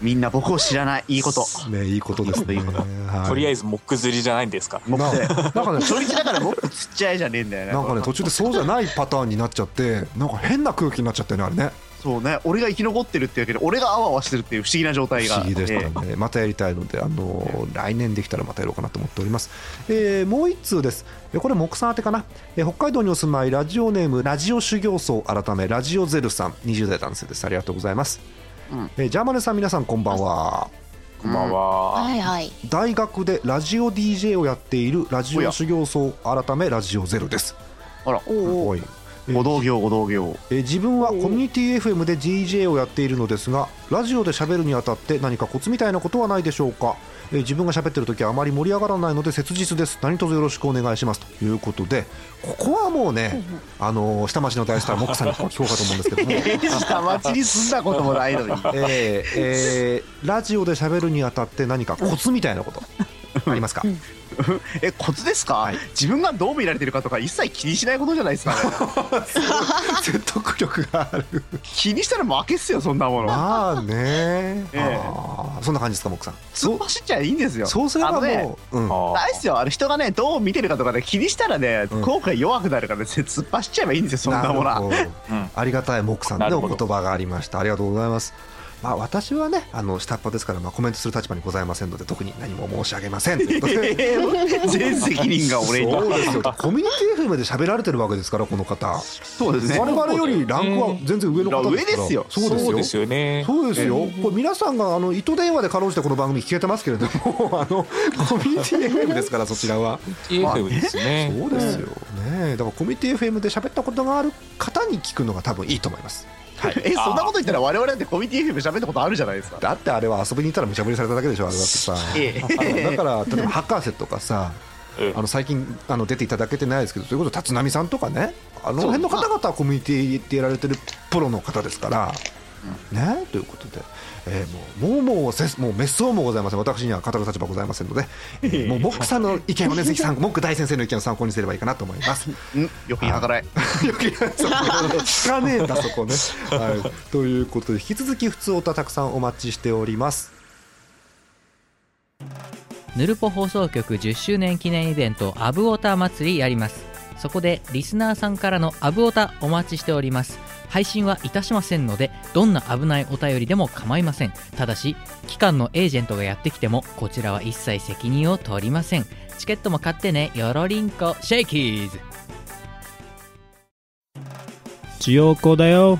Speaker 3: みんな僕を知らないいいこと
Speaker 1: ねいいことですね
Speaker 3: いいこと
Speaker 2: とりあ
Speaker 1: え
Speaker 2: えずモック釣りじゃないんですか
Speaker 1: ななんかね
Speaker 3: 初日だから僕ちっちゃいじゃねえんだよね
Speaker 1: なんかね途中でそうじゃないパターンになっちゃってなんか変な空気になっちゃったよねあれね
Speaker 3: そうね俺が生き残ってるっていうわけで俺があわあわしてるっていう不思議な状態
Speaker 1: 不
Speaker 3: が
Speaker 1: 思議でしたねまたやりたいのであのー来年できたらまたやろうかなと思っております、えーもう一通ですえーこれ木さん宛てかな、えー北海道にお住まいラジオネームラジオ修行僧改めラジオゼルさん20代男性ですありがとうございます、
Speaker 3: うん
Speaker 1: えージャーマネさん皆さんこんばんは
Speaker 2: こんばんは、
Speaker 4: い はい。
Speaker 1: 大学でラジオ DJ をやっているラジオ修行僧改めラジオゼルです
Speaker 3: あら
Speaker 1: おいえー
Speaker 3: ご同業ご同業
Speaker 1: えー自分はコミュニティ FM で DJ をやっているのですがラジオで喋るにあたって何かコツみたいなことはないでしょうか、えー自分が喋ってる時はあまり盛り上がらないので切実です何卒よろしくお願いしますということでここはもうね、あのー下町の大スターモックさんに聞こうかと思うんですけど も
Speaker 3: 下町に住んだこともないのに
Speaker 1: えーえーラジオで喋るにあたって何かコツみたいなことありますか、
Speaker 3: えコツですか、自分がどう見られてるかとか一切気にしないことじゃないですか、ね、
Speaker 1: 説得力がある
Speaker 3: 気にしたら負けっすよそんなも の
Speaker 1: まあね、
Speaker 3: ええ
Speaker 1: あーそんな感じですかモックさん
Speaker 3: 突っ走っちゃいいんですよ
Speaker 1: そうすればも
Speaker 3: あ
Speaker 1: う、
Speaker 3: のね
Speaker 1: うん
Speaker 2: あ
Speaker 3: ないっすよあの人がねどう見てるかとかね気にしたらね
Speaker 1: うん
Speaker 3: 効果弱くなるからね突っ走っちゃえばいいんですよそんなもの
Speaker 1: る ほ
Speaker 3: は
Speaker 1: ど
Speaker 2: うん
Speaker 1: ありがたいモクさん
Speaker 2: なる
Speaker 1: の
Speaker 2: ほ
Speaker 1: お
Speaker 2: ど
Speaker 1: 言葉がありましたありがとうございますまあ私はねあの下っ端ですからまあコメントする立場にございませんので特に何も申し上げませんということ
Speaker 3: え
Speaker 1: で
Speaker 3: ー全責任が俺に
Speaker 1: そうですよコミュニティ FM で喋られてるわけですからこの方
Speaker 3: そうです
Speaker 1: 我々よりランクは全然上の方ですから
Speaker 3: 上ですよ
Speaker 1: そうです
Speaker 2: そう
Speaker 1: よ
Speaker 2: ですよね
Speaker 1: そうですよ、これ皆さんがあの糸電話でかろうじてこの番組聞けてますけれども あのコミュニティ FM ですからそちらは
Speaker 2: TFM ですね
Speaker 1: そうですよねだからコミュニティ FM で喋ったことがある方に聞くのが多分いいと思います
Speaker 3: えそんなこと言ったら我々だってコミュニティ FM 喋ったことあるじゃないですか
Speaker 1: だってあれは遊びに行ったら無茶ぶりされただけでしょあれだってさ
Speaker 3: え
Speaker 1: だから例えば博士とかさ
Speaker 2: うん
Speaker 1: あの最近あの出ていただけてないですけどそれこそ立浪さんとかねあの辺の方々はコミュニティってやられてるプロの方ですから。ね、ということで、えーもうもうもうせもう滅相もございません私には語る立場ございませんので、えーもうモックさんの意見をねぜひ参考モック大先生の意見を参考にすればいいかなと思います。
Speaker 3: うんよく言い計らい
Speaker 1: よく言われそう聞かねえんだそこね。はい、ということで引き続き普通おたたくさんお待ちしております。
Speaker 6: ヌルポ放送局10周年記念イベントアブオタ祭りやりますそこでリスナーさんからのアブオタお待ちしております配信はいたしませんのでどんな危ないお便りでも構いませんただし機関のエージェントがやってきてもこちらは一切責任を取りませんチケットも買ってねよろりんこシェイキーズ
Speaker 7: 千代子だよ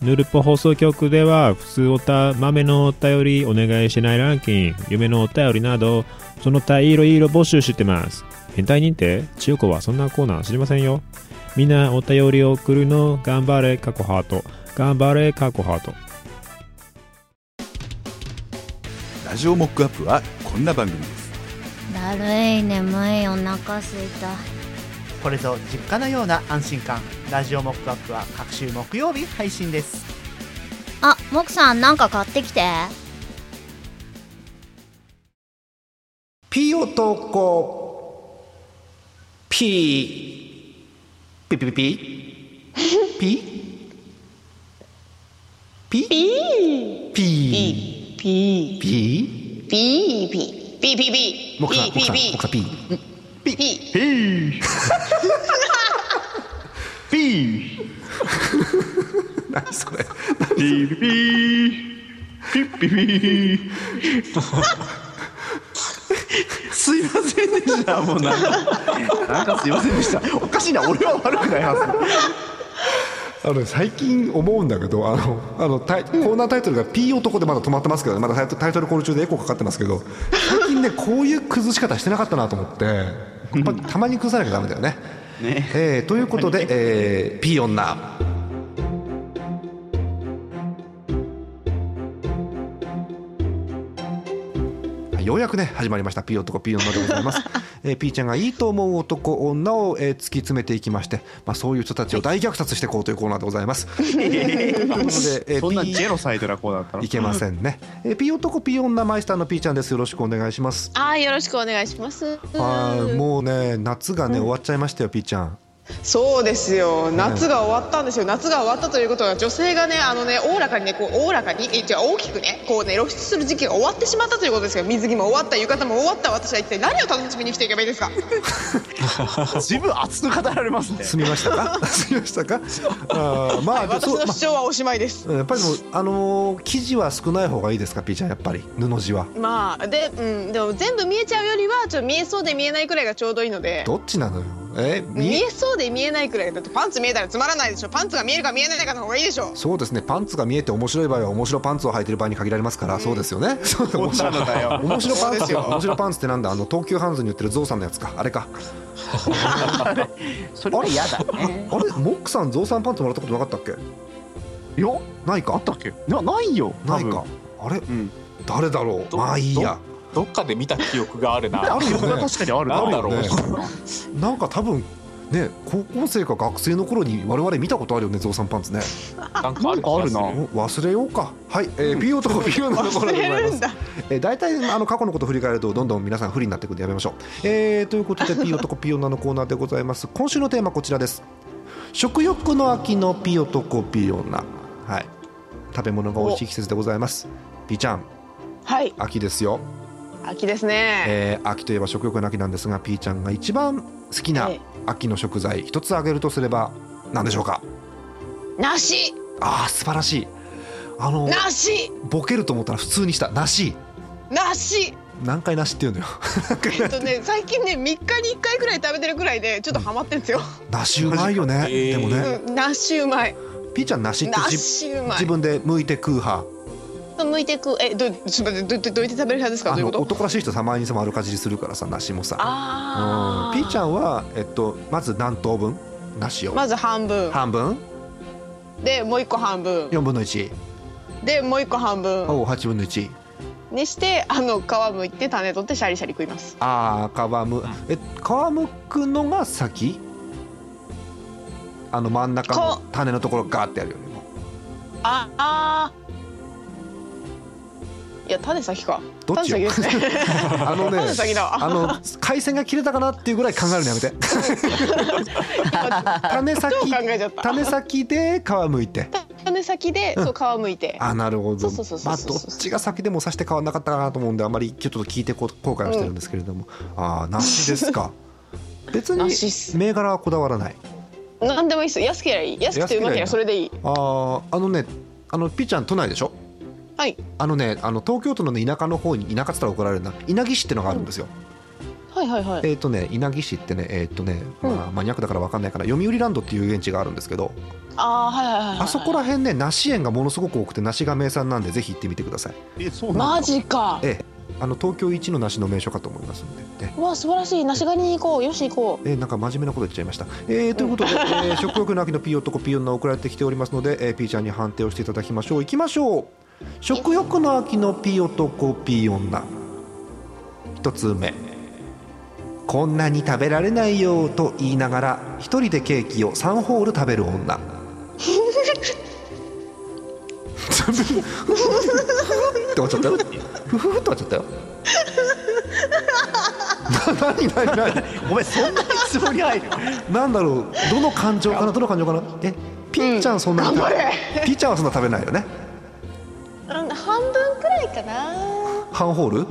Speaker 7: ヌルポ放送局では普通おた豆のお便りお願いしないランキング夢のお便りなどその他いろいろ募集してます変態認定千代子はそんなコーナー知りませんよみんなお便りを送るの頑張れ過去ハート頑張れ過去ハート
Speaker 8: ラジオモックアップはこんな番組ですだるい眠いお腹すいた
Speaker 9: これぞ実家のような安心感ラジオモックアップは各週木曜日配信です
Speaker 8: あモクさんなんか買ってきて
Speaker 1: ピオとコ
Speaker 3: ピーピピピピピピピピ
Speaker 4: ピーピ
Speaker 3: ピ
Speaker 4: ーピーピーピーピーピー
Speaker 1: 木さん
Speaker 4: ピ
Speaker 1: 木
Speaker 4: ー
Speaker 1: さん木さ
Speaker 4: ピー
Speaker 1: んピー
Speaker 4: ピーピー
Speaker 3: ピ
Speaker 1: 何それ
Speaker 3: すいませんでしたもうなんかなんかすいませんでしたおかしいな俺は悪くないは
Speaker 1: あの最近思うんだけどあのあのタイコーナータイトルが「P 男」でまだ止まってますけどねまだタイトタイトルコール中でエコーかかってますけど最近ねこういう崩し方してなかったなと思ってやっぱたまに崩さなきゃダメだよね。
Speaker 3: ね
Speaker 1: えーということで「えー、P 女はい」ようやくね始まりました「P 男 P 女」でございます。 えー、P ちゃんがいいと思う男女を、えー突き詰めていきまして、まあ、そういう人たちを大虐殺していこうというコーナーでございます。ということで、え
Speaker 3: い
Speaker 1: ー
Speaker 3: そんな
Speaker 1: P
Speaker 3: ジェロサイドな子だったの
Speaker 1: いけませんね。えー、P 男 P 女マイスターの P ちゃんです。よろしくお願いします。
Speaker 4: あーよろしくお願いします
Speaker 1: はい、もうね夏がね、終わっちゃいましたよ P ちゃん。
Speaker 4: そうですよ夏が終わったんですよ夏が終わったということは女性がねあのねおおらかにねこうおおらかにえ違う大きくねこうね露出する時期が終わってしまったということですよ水着も終わった浴衣も終わった私は一体何を楽しみにしていけばいいですか
Speaker 3: 自分熱く語られますね
Speaker 1: 済みました か済みましたかあーまあ、
Speaker 4: 私
Speaker 1: そう
Speaker 4: の
Speaker 1: ま
Speaker 4: 主張はおしまいです
Speaker 1: あ、やっぱりでもあのー生地は少ない方がいいですかピーちゃんやっぱり布地は
Speaker 4: まあでうんでも全部見えちゃうよりはちょっと見えそうで見えないくらいがちょうどいいので
Speaker 1: どっちなのよえ
Speaker 4: 見
Speaker 1: 見
Speaker 4: えそうで見えないくらいだってパンツ見えたらつまらないでしょパンツが見えるか見えないかの方がいいでしょ
Speaker 1: そうですねパンツが見えて面白い場合は面白パンツを履いてる場合に限られますから、そうですよ ねそう面白い
Speaker 3: 女のだよ
Speaker 1: 面白パン
Speaker 4: そうで
Speaker 1: ツ
Speaker 4: すよ
Speaker 1: 面白パンツってなんだあの東急ハンズに売ってるゾウさんのやつかあれか
Speaker 3: それは嫌だね
Speaker 1: あれモックさんゾウさんパンツもらったことなかったっけ
Speaker 3: よ
Speaker 1: ない
Speaker 3: あ
Speaker 1: か
Speaker 3: ったっけなないよ
Speaker 1: な
Speaker 3: 多
Speaker 1: い
Speaker 3: 分
Speaker 1: かあれ
Speaker 3: うん
Speaker 1: 誰だろう
Speaker 2: ど
Speaker 1: まあいいや
Speaker 2: どっかで見た記憶があるな
Speaker 1: あるよ
Speaker 3: 記憶
Speaker 1: ね
Speaker 3: が確かにある
Speaker 2: なんだろう
Speaker 1: ある よなんか多分ね高校生か学生の頃に我々見たことあるよねゾウさんパンツね
Speaker 2: なんかある気がす
Speaker 3: なんかあるな
Speaker 1: お忘れようかはい、えー、ピオとピオのところでございます
Speaker 4: んだ
Speaker 1: えー、大体あの過去のことを振り返るとどんどん皆さん不利になってくるんでやめましょう、えー、ということでピー男ピー女のコーナーでございます今週のテーマこちらです食欲の秋のピー男ピー女はい食べ物が美味しい季節でございますピーちゃん
Speaker 4: はい
Speaker 1: 秋ですよ、
Speaker 4: 秋ですね、
Speaker 1: えー、秋といえば食欲の秋なんですがピーちゃんが一番好きな
Speaker 4: ええ
Speaker 1: 秋の食材一つ挙げるとすれば何でしょうか
Speaker 4: 梨
Speaker 1: あー素晴らしいあの
Speaker 4: 梨
Speaker 1: ボケると思ったら普通にした梨
Speaker 4: 梨
Speaker 1: 何回梨っていうのよ
Speaker 4: えっと ね最近ね3日に1回くらい食べてるくらいでちょっとハマってるんですよ、
Speaker 1: 梨うまいよね、
Speaker 2: マジかえー
Speaker 1: でもね、
Speaker 4: うん、梨うまい
Speaker 1: ピーちゃん梨ってじ
Speaker 4: 梨うま
Speaker 1: 自
Speaker 4: い
Speaker 1: 分で剥いて食う派
Speaker 4: 剥いてくえどちょっと待ってどどどうやって食べる派です
Speaker 1: あ
Speaker 4: かどういう
Speaker 1: の
Speaker 4: こと
Speaker 1: 男らしい人たまにさ丸かじりするからさ梨もさ
Speaker 4: あ
Speaker 1: うんピーちゃ
Speaker 4: ん
Speaker 1: んは、えっと、まず何等分梨を、
Speaker 4: まず半分
Speaker 1: 半分
Speaker 4: でもう一個半分
Speaker 1: 4分の1
Speaker 4: でもう一個半分
Speaker 1: を8分の1
Speaker 4: にしてあの皮剥いて種取ってシャリシャリ食います
Speaker 1: ああ皮むえ皮むくのが先あの真ん中の
Speaker 4: こ
Speaker 1: 種のところガーってやるよりも
Speaker 4: ああーいや種先か
Speaker 1: どっちよ
Speaker 4: 種先ですね
Speaker 1: あのね
Speaker 4: 種先だ
Speaker 1: あの回線が切れたかなっていうぐらい考えるのやめ て種先
Speaker 4: 超考えちゃった
Speaker 1: 種先で皮むいて
Speaker 4: 種先でそう皮剥いて
Speaker 1: あなるほど
Speaker 4: そうそうそう
Speaker 1: ま
Speaker 4: そう
Speaker 1: あ
Speaker 4: そう
Speaker 1: どっちが先でもさして変わらなかったかなと思うんであまりちょっと聞いてこ後悔はしてるんですけれども、ああ梨です か別に
Speaker 4: 梨っす
Speaker 1: 銘柄はこだわらない
Speaker 4: なんでもいいっす安ければいい安くてうまければそれでいい
Speaker 1: あーあのねあのピーちゃん都内でしょ
Speaker 4: はい
Speaker 1: あのねあの東京都の、ね、田舎の方に田舎っつったら怒られるな稲城市ってのがあるんですよ、
Speaker 4: はいはいはい
Speaker 1: えっ、とね稲城市ってねえっ、とね、まあ、マニアックだから分かんないから読売ランドっていう遊園地があるんですけど
Speaker 4: ああはいはいはいはい
Speaker 1: あそこら辺ね梨園がものすごく多くて梨が名産なんでぜひ行ってみてください
Speaker 3: えそうなんだ
Speaker 4: マジか
Speaker 1: ええあの東京一の梨の名所かと思いますので、ね
Speaker 4: うわ素晴らしい梨狩りに行こうよし行こう
Speaker 1: えーなんか真面目なこと言っちゃいました。えーということで、えー食欲の秋のピー男ピー女送られてきておりますので、えー、ピーちゃんに判定をしていただきましょう。いきましょう。食欲の秋のピー男ピー女。一つ目。こんなに食べられないよと言いながら一人でケーキを3ホール食べる女って終わっちゃったよふふふって終わっちゃったよな何何何
Speaker 3: ごめんそんなにつぼに入る
Speaker 1: なんだろうどの感情かなどの感情かなえピーちゃんそんなに、
Speaker 4: 頑張れ
Speaker 1: ピーちゃんはそんな食べないよね
Speaker 10: うん半分くらいかな
Speaker 1: 半ホール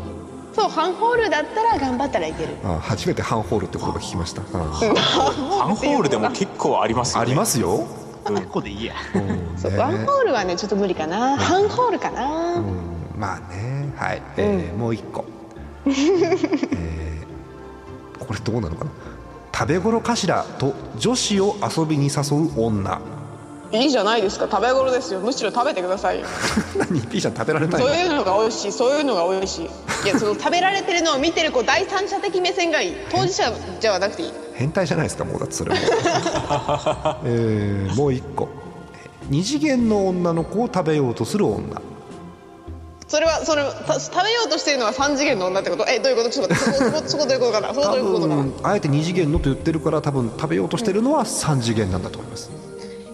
Speaker 10: そう半ホールだったら頑張ったらいける
Speaker 1: あ初めて半ホールって言葉聞きました、あ
Speaker 2: アンホールでも結構ありますよ
Speaker 1: あ
Speaker 2: ね
Speaker 1: りますよ、
Speaker 3: あここでいいや
Speaker 1: うん
Speaker 10: そう
Speaker 1: ね
Speaker 10: ワンホールはねちょっと無理かな半ホールかな
Speaker 1: うんまあねはい、えーもう一個、えーこれどうなのかな食べ頃かしらと女子を遊びに誘う女
Speaker 4: いいじゃないですか食べ頃ですよむしろ食べてくださいよ
Speaker 1: 何ピーちゃん食べられない
Speaker 4: そう
Speaker 1: の
Speaker 4: いうのが美味しいそういうのが美味しいいやその食べられてるのを見てるこう第三者的目線がいい当事者じゃなくていい
Speaker 1: 変態じゃないですかもうだってそれも、 えーもう一個えー二次元の女の子を食べようとする女
Speaker 4: それはそれた食べようとしてるのは三次元の女ってことえどういうことちょっと待ってそこそ こそこどういうことかなそこ
Speaker 1: 多
Speaker 4: どういうことかな
Speaker 1: 分あえて二次元のと言ってるから多分食べようとしてるのは三次元なんだと思います、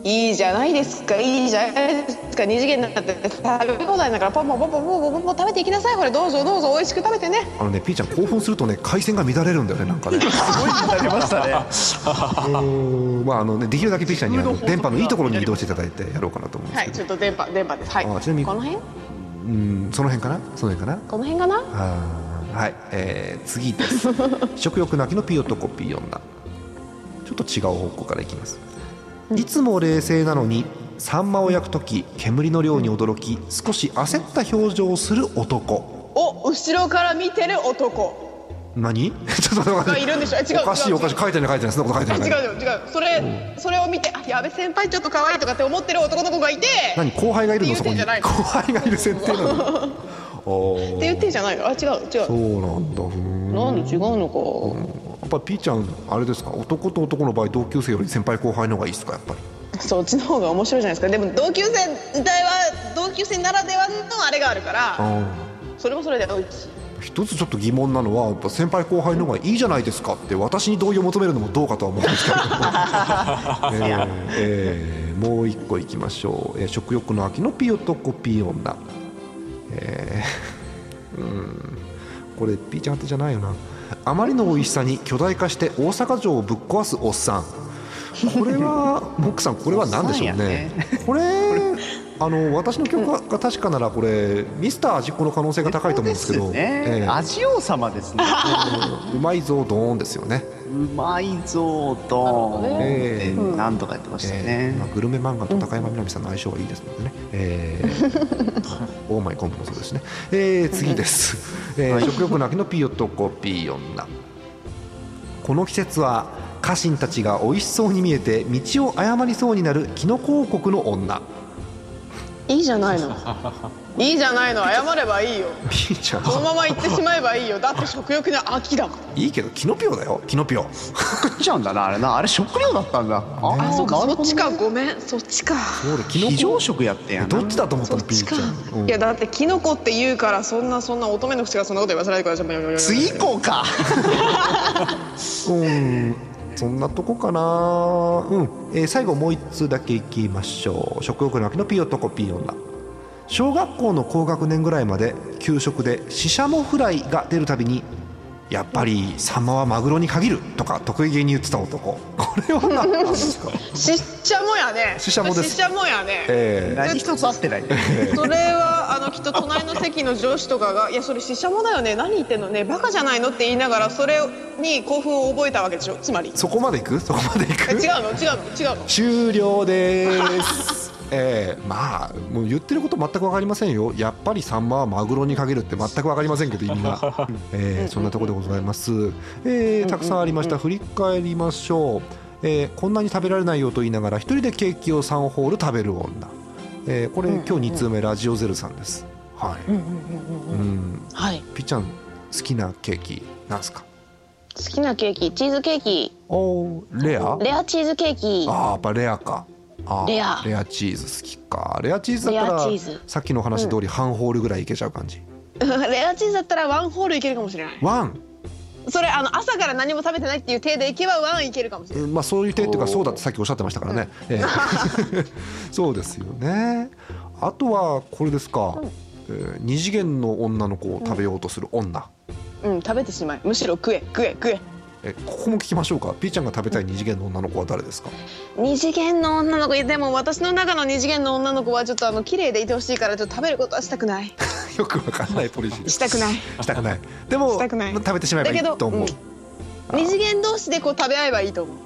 Speaker 4: いいじゃないですかいいじゃないですか二次元になって食べ放題だからポンポンポンポンポンポンポン食べていきなさいこれどうぞどうぞ美味しく食べてね
Speaker 1: あのねピーちゃん興奮するとね回線が乱れるんだよねなんかね
Speaker 3: すごいになりましたね
Speaker 1: うんまああのねできるだけピッチャーにあの電波のいいところに移動していただいてやろうかなと思うんで
Speaker 4: は
Speaker 1: すけど、
Speaker 4: いちょっと電波電波ですはい
Speaker 1: あちなみに
Speaker 4: この辺こ
Speaker 1: うんその辺かなその辺かな
Speaker 4: の辺かな
Speaker 1: あーはい、えー、次です 食欲なきのピヨとコピー女ちょっと違う方向からいきますいつも冷静なのにサンマを焼く時煙の量に驚き少し焦った表情をする男
Speaker 4: お後ろから見てる男
Speaker 1: 何 ちょっと待っ
Speaker 4: が
Speaker 1: て
Speaker 4: いるんでしょえ違う
Speaker 1: おかし
Speaker 4: 違
Speaker 1: いうおかしい
Speaker 4: 違う
Speaker 1: 書いてない書いてないそんなこと書い
Speaker 4: あ違
Speaker 1: て
Speaker 4: う
Speaker 1: ない
Speaker 4: 違う違うそれそれを見てあやべ先輩ちょっと可愛いとかって思ってる男の子がいて
Speaker 1: 何後輩がいるの
Speaker 4: って
Speaker 1: そ
Speaker 4: 言
Speaker 1: こに
Speaker 4: うてんじ
Speaker 1: 後
Speaker 4: ゃないの
Speaker 1: 輩がいる設定なのおー
Speaker 4: って言ってんじゃないのあ違う違
Speaker 1: そううなんだふーん
Speaker 4: なんで違うの
Speaker 1: やっぱりピーちゃんあれですか男と男の場合同級生より先輩後輩の方がいいですかやっぱり
Speaker 4: かそっちの方が面白いじゃないですかでも同級生時代は同級生ならではのあれがあるからそれもそれで美味しい
Speaker 1: 一つちょっと疑問なのはやっぱ先輩後輩の方がいいじゃないですかって私に同意を求めるのもどうかとは思うんですけど、えーえーもう一個いきましょう、えー食欲の秋のピヨとコピー女えーうんこれピーちゃん宛てじゃないよなあまりの美味しさに巨大化して大阪城をぶっ壊すおっさんこれはモックさんこれは何でしょうねこれあの私の記憶が確かならこれミスター味っ子の可能性が高いと思うんですけど
Speaker 3: そうね、
Speaker 1: ええ
Speaker 3: 味王様ですね
Speaker 1: うまいぞドーンですよね、
Speaker 3: うまいぞーと
Speaker 1: ええ
Speaker 3: ーって何度かやってましたよね
Speaker 1: えー、まあ、グルメ漫画と高山みなみさんの相性がいいですもんね、え ー、オーマイコンボもそうですね、えー、次です、 えー食欲の秋のピヨとコピー女この季節は家臣たちが美味しそうに見えて道を誤りそうになるキノコ王国の女
Speaker 4: いいじゃないのいいじゃないの謝ればいい よ
Speaker 1: ピーちゃん
Speaker 4: このまま行ってしまえばいいよだって食欲の秋だもん
Speaker 1: いいけどキノピオだよキノピオ
Speaker 3: 食っちゃうんだなあれなあれ食料だったんだあ
Speaker 4: あそうか
Speaker 3: なる
Speaker 4: そ
Speaker 3: ほど
Speaker 4: っちかごめんそっちか
Speaker 1: そうだキノ
Speaker 3: 非常
Speaker 1: コ
Speaker 3: 食やってんや
Speaker 1: ど
Speaker 3: な
Speaker 1: っちだと思ったのピーちゃん、うん
Speaker 4: いやだってキノコって言うからそんなそんな乙女の口がそんなこと言わせないでください
Speaker 3: 次行こうか
Speaker 1: うん、そんなとこかな、うんえー最後もう一通だけいきましょう食欲の秋のピヨとコピー女小学校の高学年ぐらいまで給食でシシャモフライが出るたびにやっぱりサンマはマグロに限るとか得意げに言ってた男これは何なんですか、
Speaker 4: しっちゃもやね
Speaker 1: しっちゃもです
Speaker 4: しっちゃもやね
Speaker 1: え
Speaker 3: 何一つ合ってない
Speaker 4: それはあのきっと隣の席の上司とかが「いやそれししゃもだよね何言ってんのねバカじゃないの?」って言いながらそれに興奮を覚えたわけでしょつまり
Speaker 1: ーそこまでいくそこまでい
Speaker 4: え違う
Speaker 1: く
Speaker 4: の違うの違うの
Speaker 1: 終了です。 えー、まあもう言ってること全く分かりませんよやっぱりサンマはマグロに限るって全く分かりませんけど意味 が、えー、そんなところでございます、えー、たくさんありました振り返りましょう、えーこんなに食べられないよと言いながら一人でケーキを3ホール食べる女、えーこれ今日2通目ラジオゼルさんですはい、うん、
Speaker 10: はい
Speaker 1: ピッちゃん好きなケーキなんすか
Speaker 10: 好きなケーキチーズケーキ
Speaker 1: おーレア
Speaker 10: レアチーズケー キ
Speaker 1: ああやっぱレアかあー
Speaker 10: レア
Speaker 1: レアチーズ好きかレアチーズだった
Speaker 10: レア
Speaker 1: ら
Speaker 10: チーズ
Speaker 1: さっきの話通り半ホールぐらいいけちゃう感じ、
Speaker 4: レアチーズだったらワンホールいけるかもしれない
Speaker 1: ワン
Speaker 4: それあの朝から何も食べてないっていう体でいけばワンいけるかもしれない
Speaker 1: うんまあ、そういう手っていうかそうだってさっきおっしゃってましたからね、え えそうですよねあとはこれですか、えー二次元の女の子を食べようとする女、
Speaker 4: うん食べてしまいむしろ食え食え食え
Speaker 1: えここも聞きましょうか P ちゃんが食べたい二次元の女の子は誰ですか
Speaker 4: 二次元の女の子でも私の中の二次元の女の子はちょっとあの綺麗でいてほしいからちょっと食べることはしたくない
Speaker 1: よくわかんないポリシー
Speaker 4: したくない
Speaker 1: したくないでも
Speaker 4: したくない
Speaker 1: 食べてしまえばいい
Speaker 4: だけど
Speaker 1: と思う、
Speaker 4: 二次元同士でこう食べ合えばいいと思う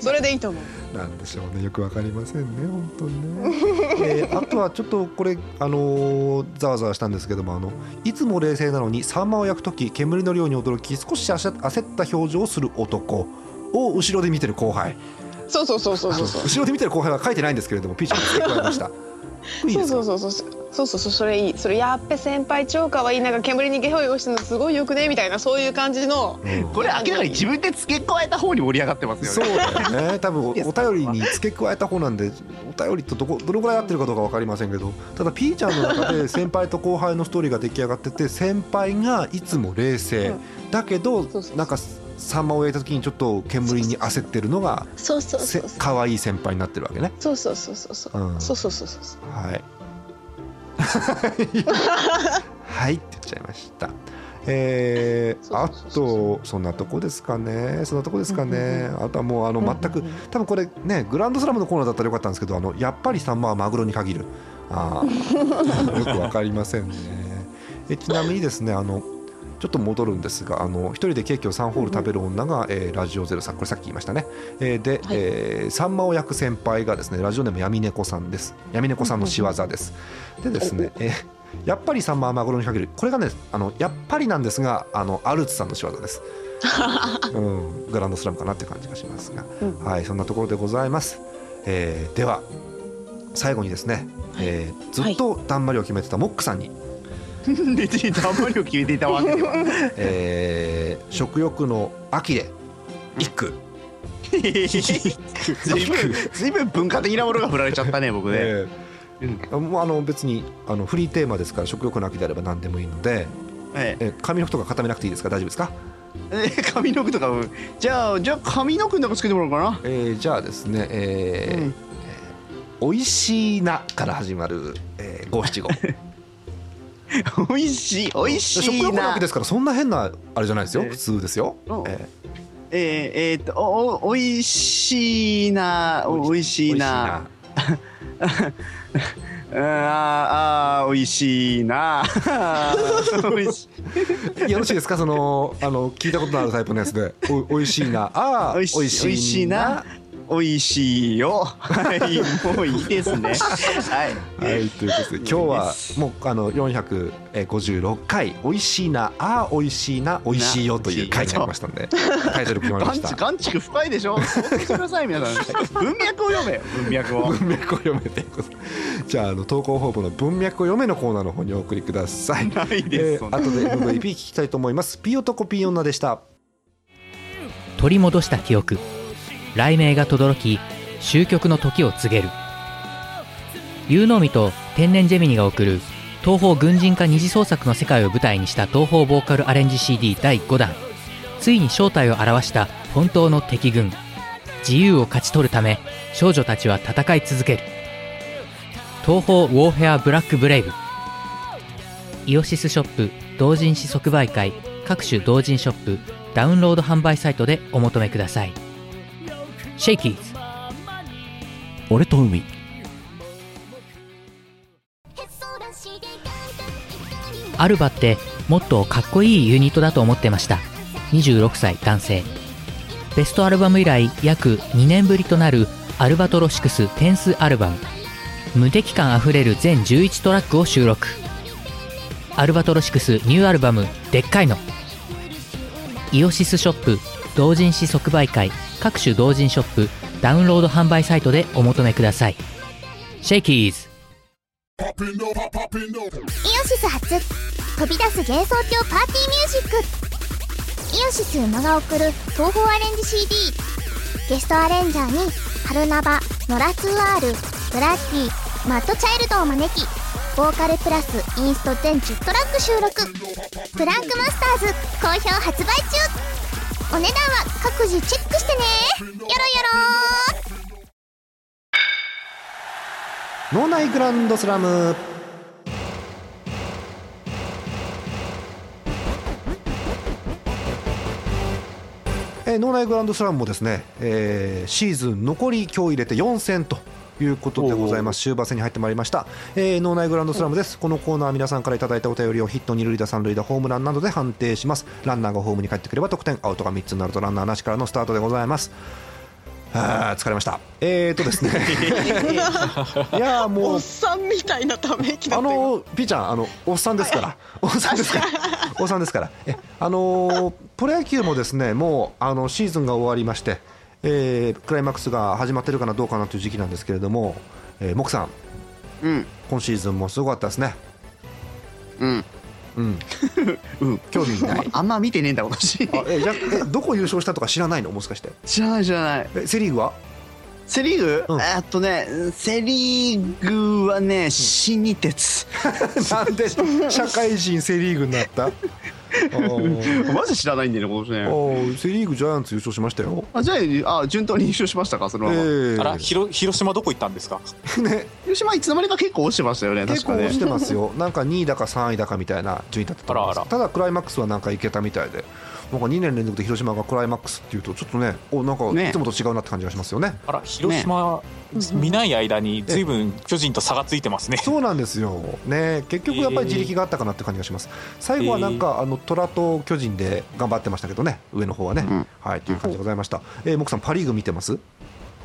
Speaker 4: それでいいと思う
Speaker 1: なんでしょうねよくわかりませんね本当にね、 えーあとはちょっとこれあのーざわざわしたんですけどもあのいつも冷静なのにサンマを焼く時煙の量に驚き少し焦った表情をする男を後ろで見てる後輩
Speaker 4: そうそうそうそうそうそう
Speaker 1: 後ろで見てる後輩は書いてないんですけれども P ちゃんに付け加えま したいいです
Speaker 4: そうそうそうそうそうそうそうそれいいそれやっべ先輩超可愛いなんか煙にゲホゲホしてるのすごいよくねみたいなそういう感じの
Speaker 3: これ明らかに自分で付け加えた方に盛り上がってます
Speaker 1: そ
Speaker 3: よ
Speaker 1: う
Speaker 3: ね
Speaker 1: だ よね多分おお便りに付け加えた方なんでお便りとどこどのぐらい合ってるかどうか分かりませんけどただ P ちゃんの中で先輩と後輩のストーリーが出来上がって て先輩がいつも冷静だけどなんかサンマを焼いた時にちょっと煙に焦ってるのが
Speaker 4: そうそうそ
Speaker 1: せ
Speaker 4: うそう
Speaker 1: 可愛い先輩になってるわけね。
Speaker 4: そうそうそうそうそう
Speaker 1: うん
Speaker 4: そうそうそうそう
Speaker 1: はい。はいって言っちゃいました。えー、あとそんなとこですかねそんなとこですかね、あとはもうあの全く、多分これねグランドスラムのコーナーだったらよかったんですけどあのやっぱりサンマはマグロに限るあ ーよくわかりませんねえちなみにですねあのちょっと戻るんですがあの一人でケーキを3ホール食べる女が、えーラジオゼロさんこれさっき言いましたね、えーで、えーサンマを焼く先輩がですねラジオネーム闇猫さんです闇猫さんの仕業ですでですね、えーやっぱりサンマはマグロにかけるこれがねあのやっぱりなんですがあのアルツさんの仕業 です、うん、グランドスラムかなって感じがしますが、はいそんなところでございます、えーでは最後にですね、えーずっとだんまりを決めてたモックさんに、
Speaker 3: 別にたまりを決めていたわけでは
Speaker 1: えー食欲の秋で一句
Speaker 3: ずいぶんずいぶん文化的なものが振られちゃったね僕ね、
Speaker 1: えーもうあの別にあのフリーテーマですから食欲の秋であれば何でもいいので、
Speaker 3: え
Speaker 1: ー髪の毛とか固めなくていいですか大丈夫ですか
Speaker 3: え髪の毛とかうんじゃあじゃあ髪の毛なんかつけてもらおうかな
Speaker 1: えーじゃあですね、えーえー美味しいなから始まるえー五七五。
Speaker 3: 美味しい美味しいな
Speaker 1: 食欲なわけですからそんな変なあれじゃないですよ。
Speaker 3: えー
Speaker 1: 普通ですよ。
Speaker 3: うん
Speaker 1: え
Speaker 3: えー、えーっとおおおいしいなおいしいなあーあーおいしいな おいし
Speaker 1: ーよろしいですかそのあの聞いたことのあるタイプのやつで。お美味しいな。ああ
Speaker 3: お
Speaker 1: 美
Speaker 3: いし
Speaker 1: 味
Speaker 3: おい
Speaker 1: し
Speaker 3: し
Speaker 1: い
Speaker 3: い
Speaker 1: な
Speaker 3: な。おいしいよはいもういいですねはい
Speaker 1: はいということで今日はもうあの四百五十六回美味しいなああ美味しいな美味しいよという回になりましたんでタイトル決まりま
Speaker 3: ガン
Speaker 1: し
Speaker 3: チ
Speaker 1: た。
Speaker 3: ガンチク深いでしょ相当してください皆さん文脈を読めよ文脈 を
Speaker 1: 文脈を読めてこそじゃああの投稿フォームの文脈を読めのコーナーの方にお送りください
Speaker 3: ない
Speaker 1: です、えー後で MVP 聞きたいと思いますピー男ピー女でした
Speaker 6: 取り戻した記憶雷鳴が轟き終局の時を告げる有能美と天然ジェミニが送る東方軍人化二次創作の世界を舞台にした東方ボーカルアレンジ CD 第5弾ついに正体を表した本当の敵軍自由を勝ち取るため少女たちは戦い続ける東方ウォーフェアブラックブレイブイオシスショップ同人誌即売会各種同人ショップダウンロード販売サイトでお求めくださいシェイキーズ俺と海アルバってもっとかっこいいユニットだと思ってました26歳男性ベストアルバム以来約2年ぶりとなるアルバトロシクステンスアルバム無敵感あふれる全11トラックを収録アルバトロシクスニューアルバム「でっかいの」イオシスショップ同人誌即売会各種同人ショップダウンロード販売サイトでお求めくださいシェイキーズ
Speaker 11: イオシス初飛び出す幻想郷パーティーミュージックイオシス馬が送る東宝アレンジ CD ゲストアレンジャーに春ナバノラツーアールブラッディマッドチャイルドを招きボーカルプラスインスト全10トラック収録「プランクマスターズ」好評発売中お値段は各自チェックしてねよろよろ
Speaker 1: 脳内グランドスラムえー、脳内グランドスラムもですね、えーシーズン残り今日入れて4戦ということでございます終盤戦に入ってまいりました、えー脳内グランドスラムですこのコーナーは皆さんからいただいたお便りをヒット二塁打三塁打ホームランなどで判定しますランナーがホームに帰ってくれば得点アウトが3つになるとランナーなしからのスタートでございますあー疲れましたえー、っとですねいやーもう
Speaker 4: おっさんみたいなため息だ
Speaker 1: あ
Speaker 4: ったよ
Speaker 1: のピーちゃんあのおっさんですから、おっさんですから、おっさんですから、えあのープロ野球もですねもうあのシーズンが終わりまして、えークライマックスが始まってるかなどうかなという時期なんですけれども、えー、モクさん、
Speaker 3: うん、
Speaker 1: 今シーズンもすごかったですね。
Speaker 3: うん、
Speaker 1: うん、
Speaker 3: うん、
Speaker 1: 興味 ない。
Speaker 3: あんま見てねえんだ私。
Speaker 1: あえじゃえどこ優勝したとか知らないのもしかして。
Speaker 3: 知らない知らない。
Speaker 1: えセリーグは？
Speaker 3: セリーグ？えーっとね、セリーグはね、新日鉄。
Speaker 1: なんで社会人セリーグになった？
Speaker 3: マジ知らないんだよね今
Speaker 1: あ
Speaker 3: 年ね。
Speaker 1: ーセリーグジャイアンツ優勝しましたよ。
Speaker 3: あじゃああ順当に優勝しましたかそのまま。
Speaker 1: ええ
Speaker 2: あら広広島どこ行ったんですか
Speaker 3: 広島いつの間にか結構落ちてましたよね
Speaker 1: 結
Speaker 3: 確
Speaker 1: 構
Speaker 3: かね。
Speaker 1: 落ちてます。よ、なんか2位だか3位だかみたいな順位だったと思いますただクライマックスはなんかいけたみたいで、なんか2年連続で広島がクライマックスっていうと、ちょっとね、おなんか
Speaker 2: ね
Speaker 1: いつもと違うなって感じがしますよね。
Speaker 2: あら広島、見ない間に随分巨人と差がついてますね
Speaker 1: そうなんですよ、ね、結局やっぱり自力があったかなって感じがします、最後はなんか、あの虎と巨人で頑張ってましたけどね、上の方はね。はいという感じでございました、えー、モクさん、パ・リーグ見てます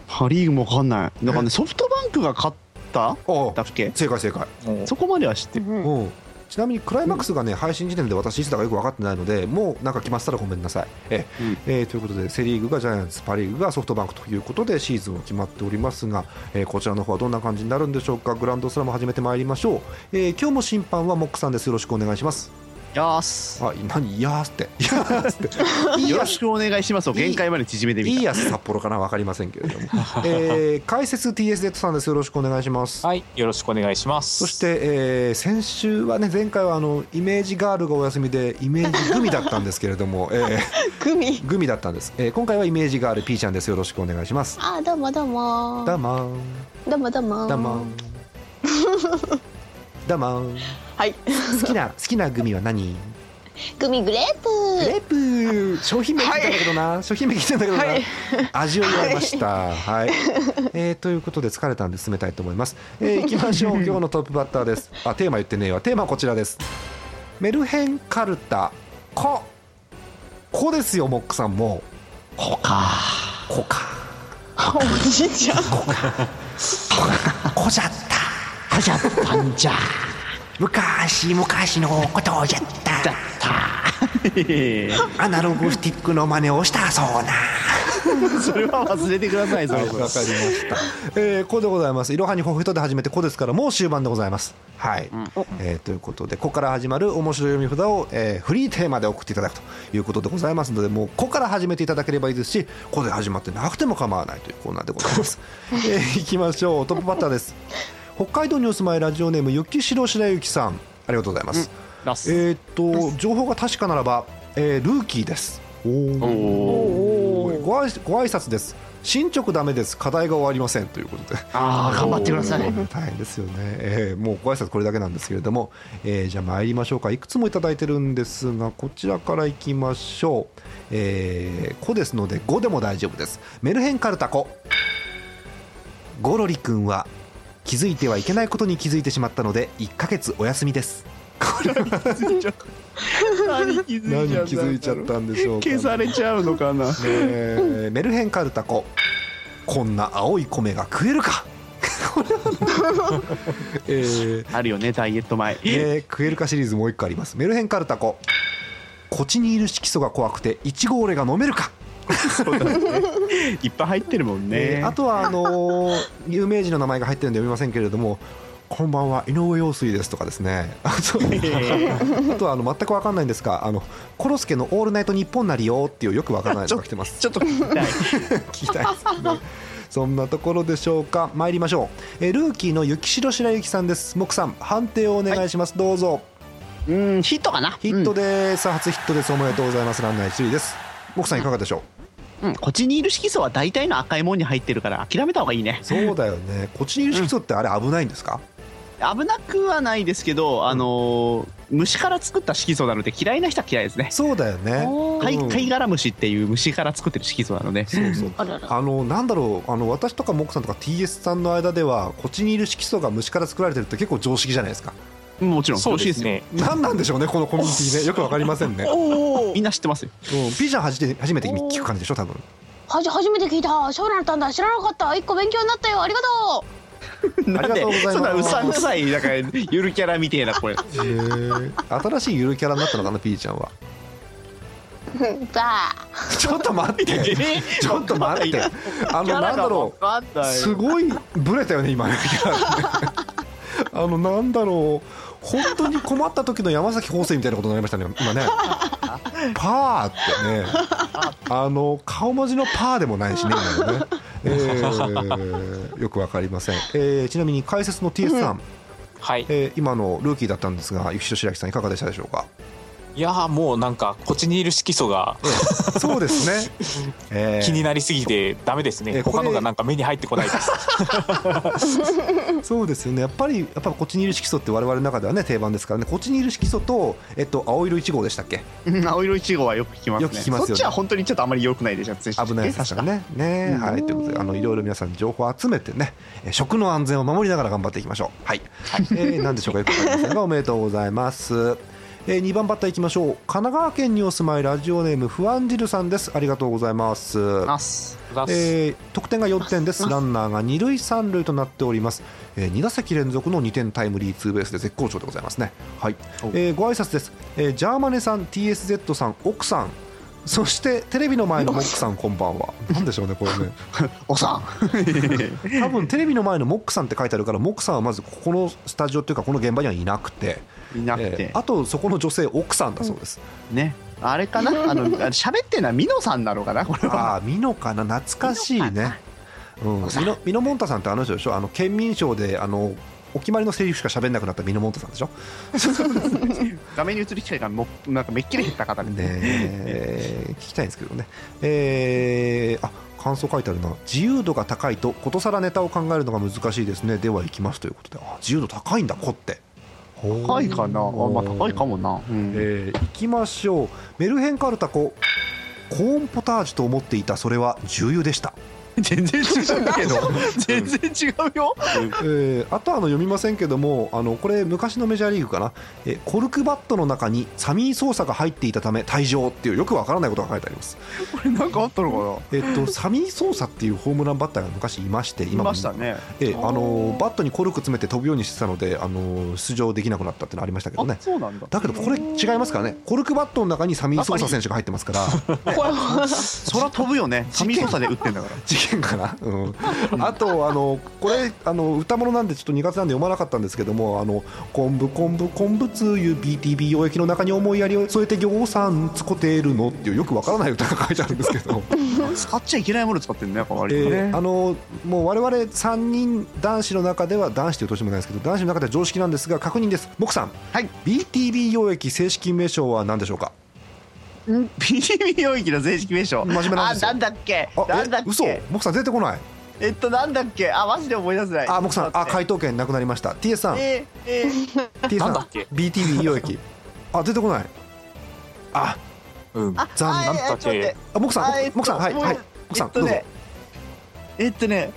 Speaker 3: パ・リーグも分かんない。だからねソフトバンクが勝っただっけ？
Speaker 1: 正解正解。
Speaker 3: そこまでは知ってる。
Speaker 1: うんちなみにクライマックスがね配信時点で私いつだかよく分かってないのでもうなんか決まってたらごめんなさい。ええーということでセ・リーグがジャイアンツパ・リーグがソフトバンクということでシーズンは決まっておりますが、えーこちらの方はどんな感じになるんでしょうかグランドスラム始めてまいりましょう、えー今日も審判はモックさんですよろしくお願いします。
Speaker 3: やーす
Speaker 1: あ何やーすってやーすって
Speaker 3: よろしくお願いしますを限界まで縮めてみた
Speaker 1: いいやつ札幌かな分かりませんけれども、えー解説 TSZ さんですよろしくお願いします
Speaker 2: はいよろしくお願いします
Speaker 1: そして、えー先週はね前回はあのイメージガールがお休みでイメージグミだったんですけれども、えー
Speaker 4: グミ
Speaker 1: グミだったんです、えー今回はイメージガール P ちゃんですよろしくお願いします
Speaker 10: あどうもどうも
Speaker 1: だまーん
Speaker 10: どうもどうも
Speaker 1: だまーんだまーん
Speaker 10: はい
Speaker 1: 好きな好きなグミは何
Speaker 10: グミグレープ
Speaker 1: グレープ商品名聞いたんだけどな、商品名聞いたんだけどな、味を言われましたはい、えーということで疲れたんで進めたいと思いますえー、いきましょ う今日のトップバッターですあテーマ言ってねえわテーマはこちらですメルヘンカルタここですよモックさんもう
Speaker 3: こか
Speaker 1: こか
Speaker 4: おじいちゃん
Speaker 1: こかこじゃったこじゃったんじゃ昔昔のことじゃったアナログスティックの真似をしたそうな
Speaker 3: それは忘れてくださいそれ
Speaker 1: はいわかりましたえー、こうでございます。いろはにほふとで始めてこですからもう終盤でございます。はい。えーということでここから始まる面白い読み札を、えーフリーテーマで送っていただくということでございますので、もうこから始めていただければいいですし、こで始まってなくても構わないというコーナーでござい ます。えー、いきましょう。トップバッターです。北海道にお住まいラジオネーム雪城白雪さん、ありがとうございます。えーっと情報が確かならば、えールーキーです。おおごあいご挨拶です。進捗ダメです。課題が終わりませんということで。
Speaker 3: あー頑張ってください
Speaker 1: おー大変ですよね。えーもうご挨拶これだけなんですけれども、えーじゃあ参りましょうか。いくつもいただいてるんですが、こちらからいきましょう。えー、子ですので5でも大丈夫です。メルヘンカルタ子。ゴロリ君は気づいてはいけないことに気づいてしまったので1ヶ月お休みです。
Speaker 3: 何気
Speaker 1: 何気づいちゃったんでしょうか、
Speaker 3: 消されちゃうのかな。
Speaker 1: ねえメルヘンカルタコこんな青い米が食えるか、 え
Speaker 3: あるよねダイエット前。
Speaker 1: えー食えるかシリーズもう一個ありますメルヘンカルタコこっちにいる色素が怖くていちごオレが飲めるか
Speaker 3: いっぱい入ってるもん
Speaker 1: え
Speaker 3: ね。
Speaker 1: ーあとはあのー有名人の名前が入ってるんで読みませんけれどもこんばんは井上陽水ですとかですねあと あとはあの全く分かんないんですがあのコロスケの 「オールナイトニッポンなりよ」っていうよく分からないのが来てます
Speaker 3: ちょっと聞きたい。
Speaker 1: 聞きたいですねそんなところでしょうか参りましょう、えールーキーの雪城白雪さんです木さん判定をお願いします、どうぞ
Speaker 3: うんヒットかな
Speaker 1: ヒットです、さあ初ヒットですおめでとうございますランナー一塁です木さんいかがでしょう、
Speaker 3: うん、こっちにいる色素は大体の赤いもんに入ってるから諦めた方がいいね
Speaker 1: そうだよねこっちにいる色素ってあれ危ないんですか、
Speaker 3: 危なくはないですけど、あのー虫から作った色素なので嫌いな人は嫌いですね
Speaker 1: そうだよね
Speaker 3: 貝
Speaker 1: うん
Speaker 3: 貝殻虫っていう虫から作ってる色素なので
Speaker 1: そうそうあのなんだろうあの私とかモックさんとか TS さんの間ではこっちにいる色素が虫から作られてるって結構常識じゃないですか
Speaker 3: もちろん
Speaker 1: そうですね何なんでしょうねこのコミュニテ ィねよくわかりませんね
Speaker 3: みんな知ってます よ、
Speaker 1: うん、ピジャン初めて初めて聞く感じでしょ多分
Speaker 11: はじ初めて聞いたそうだったんだ知らなかった一個勉強になったよありがとう
Speaker 3: なんで
Speaker 1: ありがとうございます
Speaker 3: そんなうさんくさいなんかゆるキャラみてえなこ れ
Speaker 1: へえ新しいゆるキャラになったのかなピーちゃん は
Speaker 11: バ
Speaker 1: ちょっと待って ちょっと待ってあのなんだろうすごいブレたよね 今ねあのなんだろう本当に困った時の山崎邦生みたいなことになりましたね今ねパーってねあの顔文字のパーでもないしね今のね、えーよくわかりません、えーちなみに解説の TS さん、えー今のルーキーだったんですが雪城白木さんいかがでしたでしょうか
Speaker 2: いやーもうなんかこっちにいる色素が
Speaker 1: そうです ね、
Speaker 2: 気になりすぎてダメですね、他のがなんか目に入ってこな いです
Speaker 1: そうですよねやっぱりやっぱこっちにいる色素って我々の中ではね定番ですからねこっちにいる色素と、えっと、青色1号でしたっけ
Speaker 3: うん青色1号はよく聞きますね
Speaker 1: よく聞きますよね
Speaker 3: そっちは本当にちょっとあまり良くないでしょ危
Speaker 1: 危ない確かにねね、
Speaker 3: うん
Speaker 1: はいということであのいろいろ皆さん情報を集めてねえー食の安全を守りながら頑張っていきましょうはい、はいえー、何でしょうかよくわかりませんがおめでとうございますえー、2番バッターいきましょう神奈川県にお住まいラジオネーム不安汁さんですありがとうございますえー得点が4点ですランナーが2塁3塁となっております、え2打席連続の2点タイムリーツーベースで絶好調でございますねはい、えーご挨拶です、えージャーマネさん TSZ さん奥さんそしてテレビの前のモックさんこんばんはなんでしょうねこれ ね
Speaker 3: おさ
Speaker 1: ん 多分テレビの前のモックさんって書いてあるからモックさんはまずここのスタジオっていうかこの現場にはいなくて
Speaker 3: いなくて
Speaker 1: あとそこの女性奥さんだそうです、
Speaker 3: ねあれかなあのあ喋ってるのはミノさんなのかなこれ
Speaker 1: はあーミノかな懐かしいねうん、ミノミノモンタさんってあの人でしょあの県民賞であのお決まりのセリフしか喋んなくなったミノモンタさんでしょ
Speaker 3: 画面に映る機会がもうなんかめっきり減った方みたいな
Speaker 1: え ー聞きたいんですけどね、えーあ感想書いてあるな自由度が高いとことさらネタを考えるのが難しいですねではいきますということであ自由度高いんだこって
Speaker 3: 高いかなあまあ高いかもな、
Speaker 1: えーいきましょうメルヘンカルタココーンポタージュと思っていたそれは重油でした
Speaker 3: 全然違う けど全然違うよ
Speaker 1: えーあとはあの読みませんけどもあのこれ昔のメジャーリーグかな、えーコルクバットの中にサミー・ソーサが入っていたため退場っていうよくわからないことが書いてあります
Speaker 3: これなんかあったの
Speaker 1: えっと、 サミー・ソーサっていうホームランバッターが昔いまして今
Speaker 3: いましたね
Speaker 1: ええあのバットにコルク詰めて飛ぶようにしてたのであの出場できなくなったっていうのありましたけどね
Speaker 3: そうなんだ
Speaker 1: だけどこれ違いますからねコルクバットの中にサミー・ソーサ選手が入ってますから
Speaker 3: かなそら飛ぶよね紙操作で打ってん だから
Speaker 1: 事件かな、うん、あとあのこれあの歌物なんでちょっと苦手なんで読まなかったんですけども「あの昆布昆布昆布つゆ BTB 溶液の中に思いやりを添えて行産つこているの」っていうよくわからない歌が書いてあるんですけ ど。
Speaker 3: 使っちゃいけないもの使ってんねやっぱ割とね、
Speaker 1: えーあのもう我々三人男子の中では男子という年もないですけど男子の中では常識なんですが確認です木さん、BTB 溶液正式名称は何でしょうか
Speaker 3: BTB 領域の正式名称
Speaker 1: 真面目なんですよ
Speaker 3: あなんだっけ
Speaker 1: あ
Speaker 3: なんだっ
Speaker 1: え嘘
Speaker 3: け
Speaker 1: 木さん出てこない
Speaker 3: えっとなんだっけあマジで思い出せない
Speaker 1: あ木さんあ回答権なくなりました TS さん、
Speaker 3: えー、えー
Speaker 1: T さん BTB 溶液あ出てこないあ
Speaker 2: うん
Speaker 1: 残
Speaker 3: あ
Speaker 1: 念
Speaker 3: えーちょっと待って
Speaker 1: あ木さん
Speaker 3: あえーっと
Speaker 1: 木さんはい
Speaker 3: もう
Speaker 1: はい木さん
Speaker 3: えっと
Speaker 1: どうぞ
Speaker 3: ねえっとね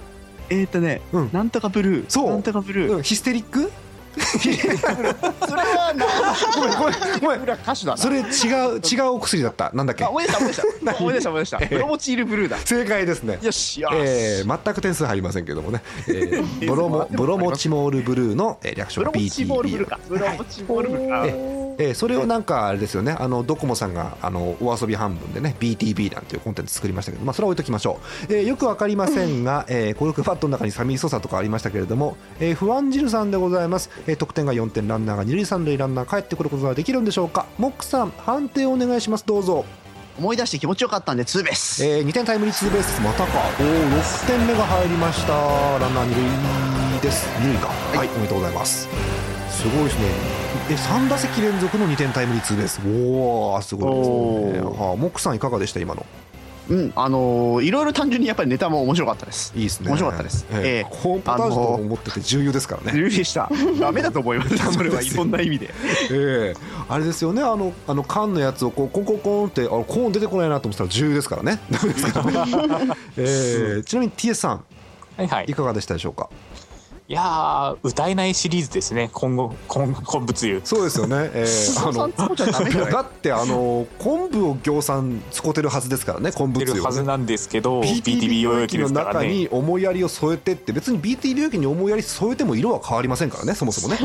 Speaker 3: えっとねなんとかブルー
Speaker 1: そう
Speaker 3: なんとかブルー
Speaker 1: ヒステリック
Speaker 3: それはな
Speaker 1: ごめんごめんごめん
Speaker 3: 歌手だな
Speaker 1: それ違う違うお薬だったなんだっけ
Speaker 3: あ思い出した思い出した思い出した 思い出した
Speaker 1: 何
Speaker 3: プロモチールブルーだ
Speaker 1: 正解ですね
Speaker 3: よしよし
Speaker 1: えー全く点数入りませんけどもね、え ーブロモブロモチモールブルーのえー略称
Speaker 3: プロモチボールブルーかプロモチボールブルーあ
Speaker 1: えーそれをなんかあれですよねあのドコモさんがあのお遊び半分でね BTB なんていうコンテンツ作りましたけど、まあ、それは置いときましょう、えーよくわかりませんが、えー、コルクファットの中にサミー・ソサとかありましたけれども、えー、フワンジルさんでございます、えー得点が4点ランナーが二塁三塁ランナー帰ってくることができるんでしょうかモックさん判定をお願いしますどうぞ
Speaker 12: 思い出して気持ちよかったんでツーベース
Speaker 1: えー、2点タイムリーツーベースまたかおー6点目が入りましたランナー2塁です2塁かはい、おめでとうございますすごいですねで3打席連続の2点タイムリーツーベースおおすごいですねはあモックさんいかがでした今の
Speaker 12: うんあのーいろいろ単純にやっぱりネタも面白かったです
Speaker 1: いいですね
Speaker 12: 面白かったです
Speaker 1: ええコーンポタージュと思ってて重要ですからね
Speaker 12: 重要でしたダメだと思いますそれはいろんな意味で
Speaker 1: ええあれですよねあのあの缶のやつをこうコンコンコンってあコーン出てこないなと思ったら重油ですからねダメですから ね、ええちなみに TS さん、
Speaker 2: はいはい、
Speaker 1: いかがでしたでしょうか
Speaker 2: いやー歌えないシリーズですね今後今今物流
Speaker 1: そうですよね、ええあのだってあの昆布を行産使ってるはずですからね昆布
Speaker 2: 出
Speaker 1: つ
Speaker 2: る
Speaker 1: ゆを
Speaker 2: はず
Speaker 1: ね
Speaker 2: なんですけど
Speaker 1: BTB
Speaker 2: BTB
Speaker 1: 領
Speaker 2: 領
Speaker 1: 域
Speaker 2: 域
Speaker 1: の
Speaker 2: ですから
Speaker 1: 中に
Speaker 2: ね
Speaker 1: 思いやりを添えてって別に BT 領域に思いやり添えても色は変わりませんからねそもそもね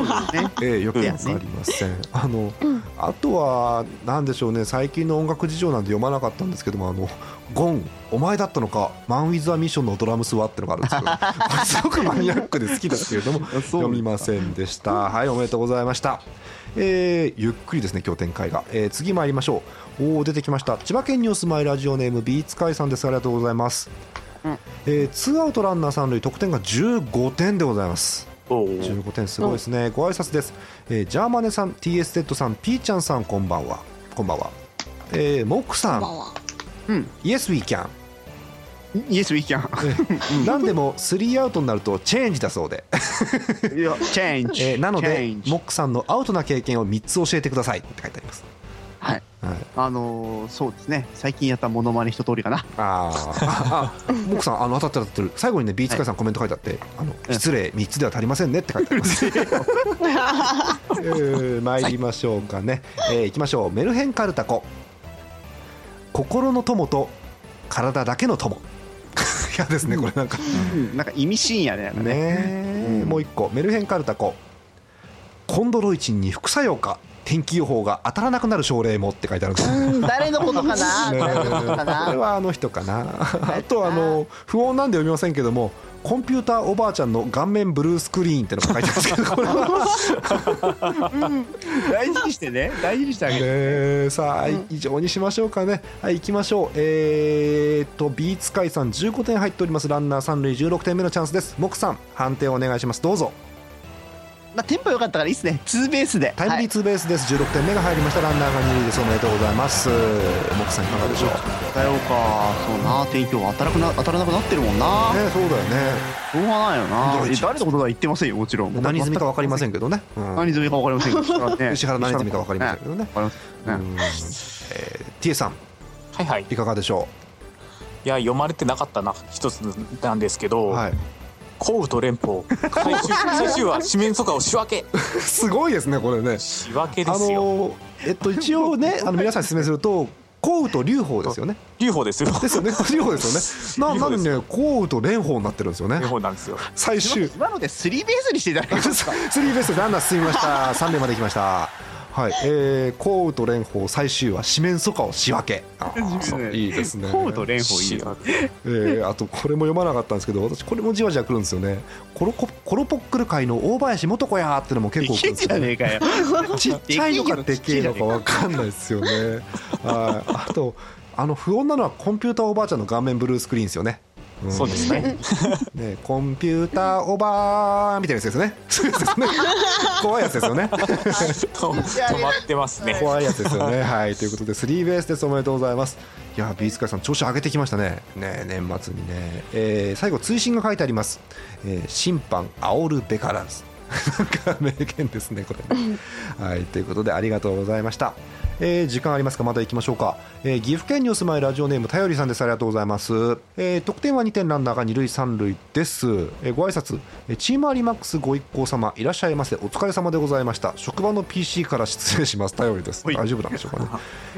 Speaker 1: ええよく変わりませんあのあとはなんでしょうね最近の音楽事情なんて読まなかったんですけどもあのゴンお前だったのかマン・ウィズ・ア・ミッションのドラムスはってのがあるん ですけどあれすごくマニアックで好きですけれども読みませんでしたはいおめでとうございましたえーゆっくりですね今日展開が、えー次参りましょうおー出てきました千葉県にお住まいラジオネームビーツ会さんですありがとうございますえーツーアウトランナー三塁得点が15点でございます15点すごいですね、ご挨拶です、えージャーマネさん TSZ さんピーちゃんさんこんばんはこんばんは、えー、モックさんイエスウィーキャン
Speaker 12: イエスウィーキャ
Speaker 1: ン何でもスリーアウトになるとチェンジだそうで
Speaker 12: いや チェンジ
Speaker 1: えーなの
Speaker 12: チ
Speaker 1: で
Speaker 12: ェンジ
Speaker 1: モックさんのアウトな経験を3つ教えてくださいって書いてあります
Speaker 12: はい、あのーそうですね最近やったモノマネ一通りかな
Speaker 1: あ ーあモックさんあの当たってる当たってる最後にねビーチ会さんコメント書いてあって「あの失礼3つでは足りませんね」って書いてあります えー参りましょうかね、えー行きましょうメルヘンカルタコ心の友と体だけの友 嫌ですねこれなんか、
Speaker 12: なんか意味深やね
Speaker 1: ねえもう一個メルヘンカルタココンドロイチンに副作用か天気予報が当たらなくなる症例もって書いてあるんです
Speaker 12: うん誰のことか な
Speaker 1: ねえ
Speaker 12: 誰のことかな
Speaker 1: これはあの人かなあとあの不穏なんで読みませんけどもコンピューターおばあちゃんの顔面ブルースクリーンってのが書いてあるんですけどこれ は
Speaker 12: 大事にしてね大事にしてあげ
Speaker 1: ねえさあ、以上にしましょうかねはい行きましょうえー、っとビーツ会さん15点入っておりますランナー三塁16点目のチャンスです木さん判定をお願いしますどうぞ
Speaker 12: まあ、テンポ良かったからいいですねツーベースで
Speaker 1: タイムリーツーベースです、16点目が入りましたランナーが二塁ですおめでとうございます木さんいかがでしょう
Speaker 12: だよかそうな天気予報当たらなくな当たらなくなってるもんな
Speaker 1: ねそうだよね
Speaker 12: しょうがないよ
Speaker 1: ど
Speaker 12: な
Speaker 1: う
Speaker 12: え
Speaker 1: 一
Speaker 12: 誰のことは言ってませんよもちろん
Speaker 1: 何済みか分かりませんけどね、うん
Speaker 12: 何済みか分かりませんけど、
Speaker 1: 吉原何済みか分かりませんけどね
Speaker 12: 分かりませんね
Speaker 1: えー T さん
Speaker 2: はいはい
Speaker 1: いかがでしょ
Speaker 2: いや読まれてなかったな一つなんですけど、降雨と連 邦最終最終は四面楚歌を仕分け
Speaker 1: う すごいですねこれね
Speaker 2: 仕分けですよ、
Speaker 1: あのーえっと一応 ねあの皆さんに説明すると降雨と流砲ですよね
Speaker 2: 流砲ですよ
Speaker 1: です よね流砲ですよねななんでね降雨と連砲になってるんですよね連
Speaker 2: 砲なんですよ
Speaker 1: 最 終
Speaker 12: 今のでスリーベースにしていただけ ますか
Speaker 1: スリーベースでランナー進みました三塁まで行きましたはい、えー、降雨と連邦最終は四面楚歌を仕分けあーそういいですね
Speaker 12: コード連邦いい
Speaker 1: 仕分けえーあとこれも読まなかったんですけど私これもじわじわ来るんですよねコロココロポックル界の大林素子やーってのも結構来るんですよ、
Speaker 12: でけえじゃねえかよ
Speaker 1: ちっちゃいのかでけえのかわかんないですよねはいあとあの不穏なのはコンピューターおばあちゃんの顔面ブルースクリーンですよね、ん
Speaker 2: そうですね
Speaker 1: ねコンピューターおばあみたいなやつですよねそういうやつですね怖いやつですよね
Speaker 2: と止まってますね
Speaker 1: 怖いやつですよね。 はいということでスリーベースですおめでとうございます。いやービーツカイさん調子上げてきましたね。ね年末にね、えー最後追伸が書いてあります。えー審判煽るべからず。 なんか名言ですねこれね。はいということでありがとうございました。えー時間ありますかまた行きましょうか、えー岐阜県にお住まいラジオネームたよりさんですありがとうございます、えー得点は2点ランナーが2塁3塁です、えーご挨拶、えーチームアリマックスご一行様いらっしゃいませお疲れ様でございました職場の PC から失礼しますたよりです大丈夫なんでしょうかね、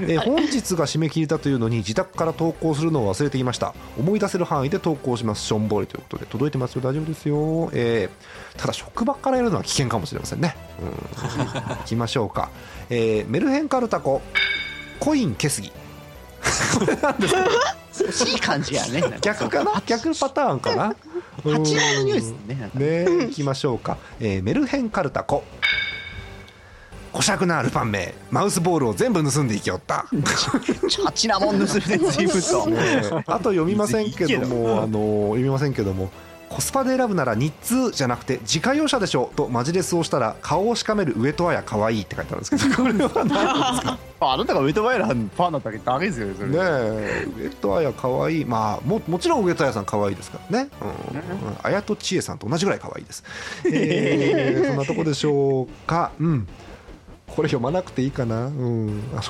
Speaker 1: えー本日が締め切りだというのに自宅から投稿するのを忘れていました思い出せる範囲で投稿しますしょんぼりということで届いてますよ大丈夫ですよ、えーただ職場からやるのは危険かもしれませんねうん行きましょうか、えーメルヘンカルタココイン消すぎ
Speaker 12: 惜しい感じやね
Speaker 1: 逆か な逆パターンかな
Speaker 12: 蜂の匂いですね
Speaker 1: ね行きましょうか、えーメルヘンカルタコここしゃくなアルパンめマウスボールを全部盗んでいきよった
Speaker 12: ちゃちなもん盗んで随分と
Speaker 1: ねあと読みませんけどもあの読みませんけどもコスパで選ぶなら日通じゃなくて自家用車でしょとマジレスをしたら顔をしかめる上戸彩可愛いって書いてあるんですけどこれは何ですか
Speaker 3: あなたがウェットワイラーのファンだったわけダメですよねそれ
Speaker 1: ねえ上戸彩可愛いまあももちろん上戸彩さん可愛いですからね、うんうん、綾戸千恵さんと同じぐらい可愛い です、えー、そんなとこでしょうかうんこれ読まなくていいかなうんあの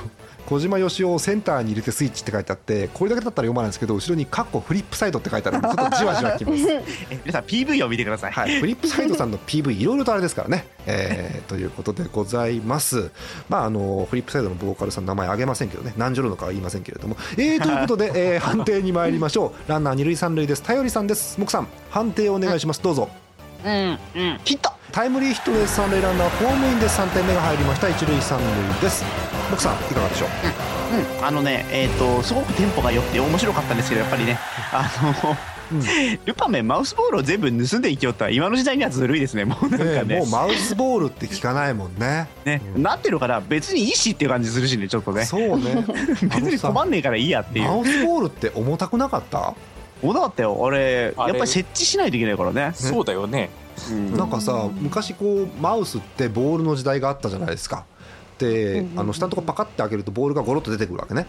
Speaker 1: 小島よしおをセンターに入れてスイッチって書いてあってこれだけだったら読まないんですけど後ろに「カッコフリップサイド」って書いてあるんでちょっとじわじわきます
Speaker 3: え皆さん PV を見てください、
Speaker 1: はい、フリップサイドさんの PV いろいろとあれですからね、えー、ということでございますまああのフリップサイドのボーカルさんの名前あげませんけどね何時ろのかは言いませんけれどもえー、ということで、 えー、判定に参りましょうランナー二塁三塁です頼りさんですもくさん判定をお願いしますどうぞ
Speaker 12: うんうんヒット
Speaker 1: タイムリーヒットで三塁ランナーホームインで3点目が入りました一塁三塁です僕さんいかがでしょう、
Speaker 12: うんうん、あのねえっ、ー、とすごくテンポが良くて面白かったんですけどやっぱりねあの ルパンめマウスボールを全部盗んでいきよった今の時代にはずるいですねもう なんかね、
Speaker 1: もうマウスボールって聞かないもんね
Speaker 12: ね、なってるから別にいいしっていう感じするしねちょっとね
Speaker 1: そう ね
Speaker 12: 別に困んねえからいいやっていう
Speaker 1: マウスボールって重たくなかった
Speaker 12: 重たかったよあれやっぱり設置しないといけないからね
Speaker 2: そうだよね、
Speaker 1: うん、なんかさ昔こうマウスってボールの時代があったじゃないですかであの下のとこパカッて開けるとボールがゴロッと出てくるわけね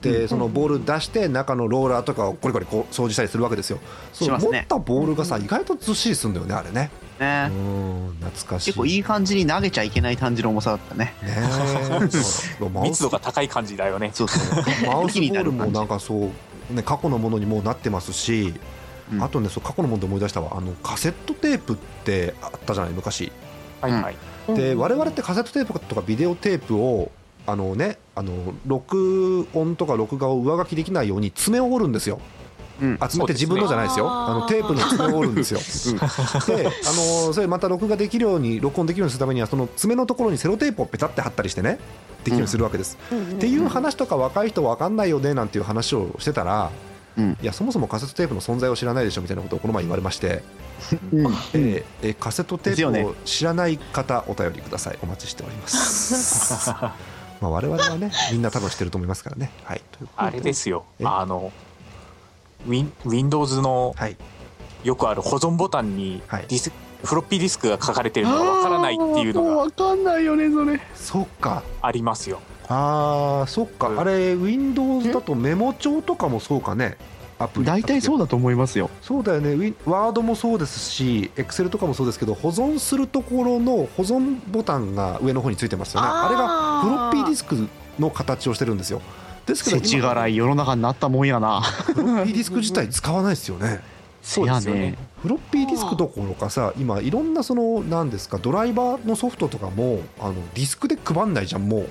Speaker 1: でそのボール出して中のローラーとかをゴリゴリこう掃除したりするわけですよそう、ね、持ったボールがさ意外とずっしりするんだよねあれね
Speaker 12: ね
Speaker 1: 懐かしい
Speaker 12: 結構いい感じに投げちゃいけない感じの重さだったね
Speaker 1: ね
Speaker 2: 密度が高い感じだよね
Speaker 12: そうそう
Speaker 1: マウスボールもなんかそう、ね、過去のものにもうなってますしうん、あとねそう過去のもので思い出したわあのカセットテープってあったじゃない昔。
Speaker 2: はいはい、
Speaker 1: で我々ってカセットテープとかビデオテープをあのねあの録音とか録画を上書きできないように爪を折るんですよ。うん、集めて自分のじゃないですよ、ね、あのテープの爪を折るんですよ。うん、であのそれまた録画できるように録音できるようにするためにはその爪のところにセロテープをペタって貼ったりしてねできるようにするわけです。っていう話とか若い人分かんないよねなんていう話をしてたら。うん、いやそもそもカセットテープの存在を知らないでしょみたいなことをこの前言われまして、うん、えー、えカセットテープを知らない方お便りくださいお待ちしております まあ我々はねみんな多分知ってると思いますからねはい
Speaker 2: あれですよあのウィン Windows のよくある保存ボタンにディス、はい、フロッピーディスクが書かれてるのがわからないっていうのが
Speaker 3: わかんないよねそれ
Speaker 1: そっか
Speaker 2: ありますよ
Speaker 1: あーそっか、うん、あれ Windows だとメモ帳とかもそうかねアプリ
Speaker 12: 大体そうだと思いますよ
Speaker 1: そうだよねワードもそうですし Excel とかもそうですけど保存するところの保存ボタンが上の方についてますよねあれがフロッピーディスクの形をしてるんですよですけど
Speaker 12: 世知辛い世の中になったもんやな
Speaker 1: フロッピーディスク自体使わないですよね
Speaker 2: そうですよね
Speaker 1: フロッピーディスクどころかさ今いろんなその何ですかドライバーのソフトとかもあのディスクで配んないじゃんもう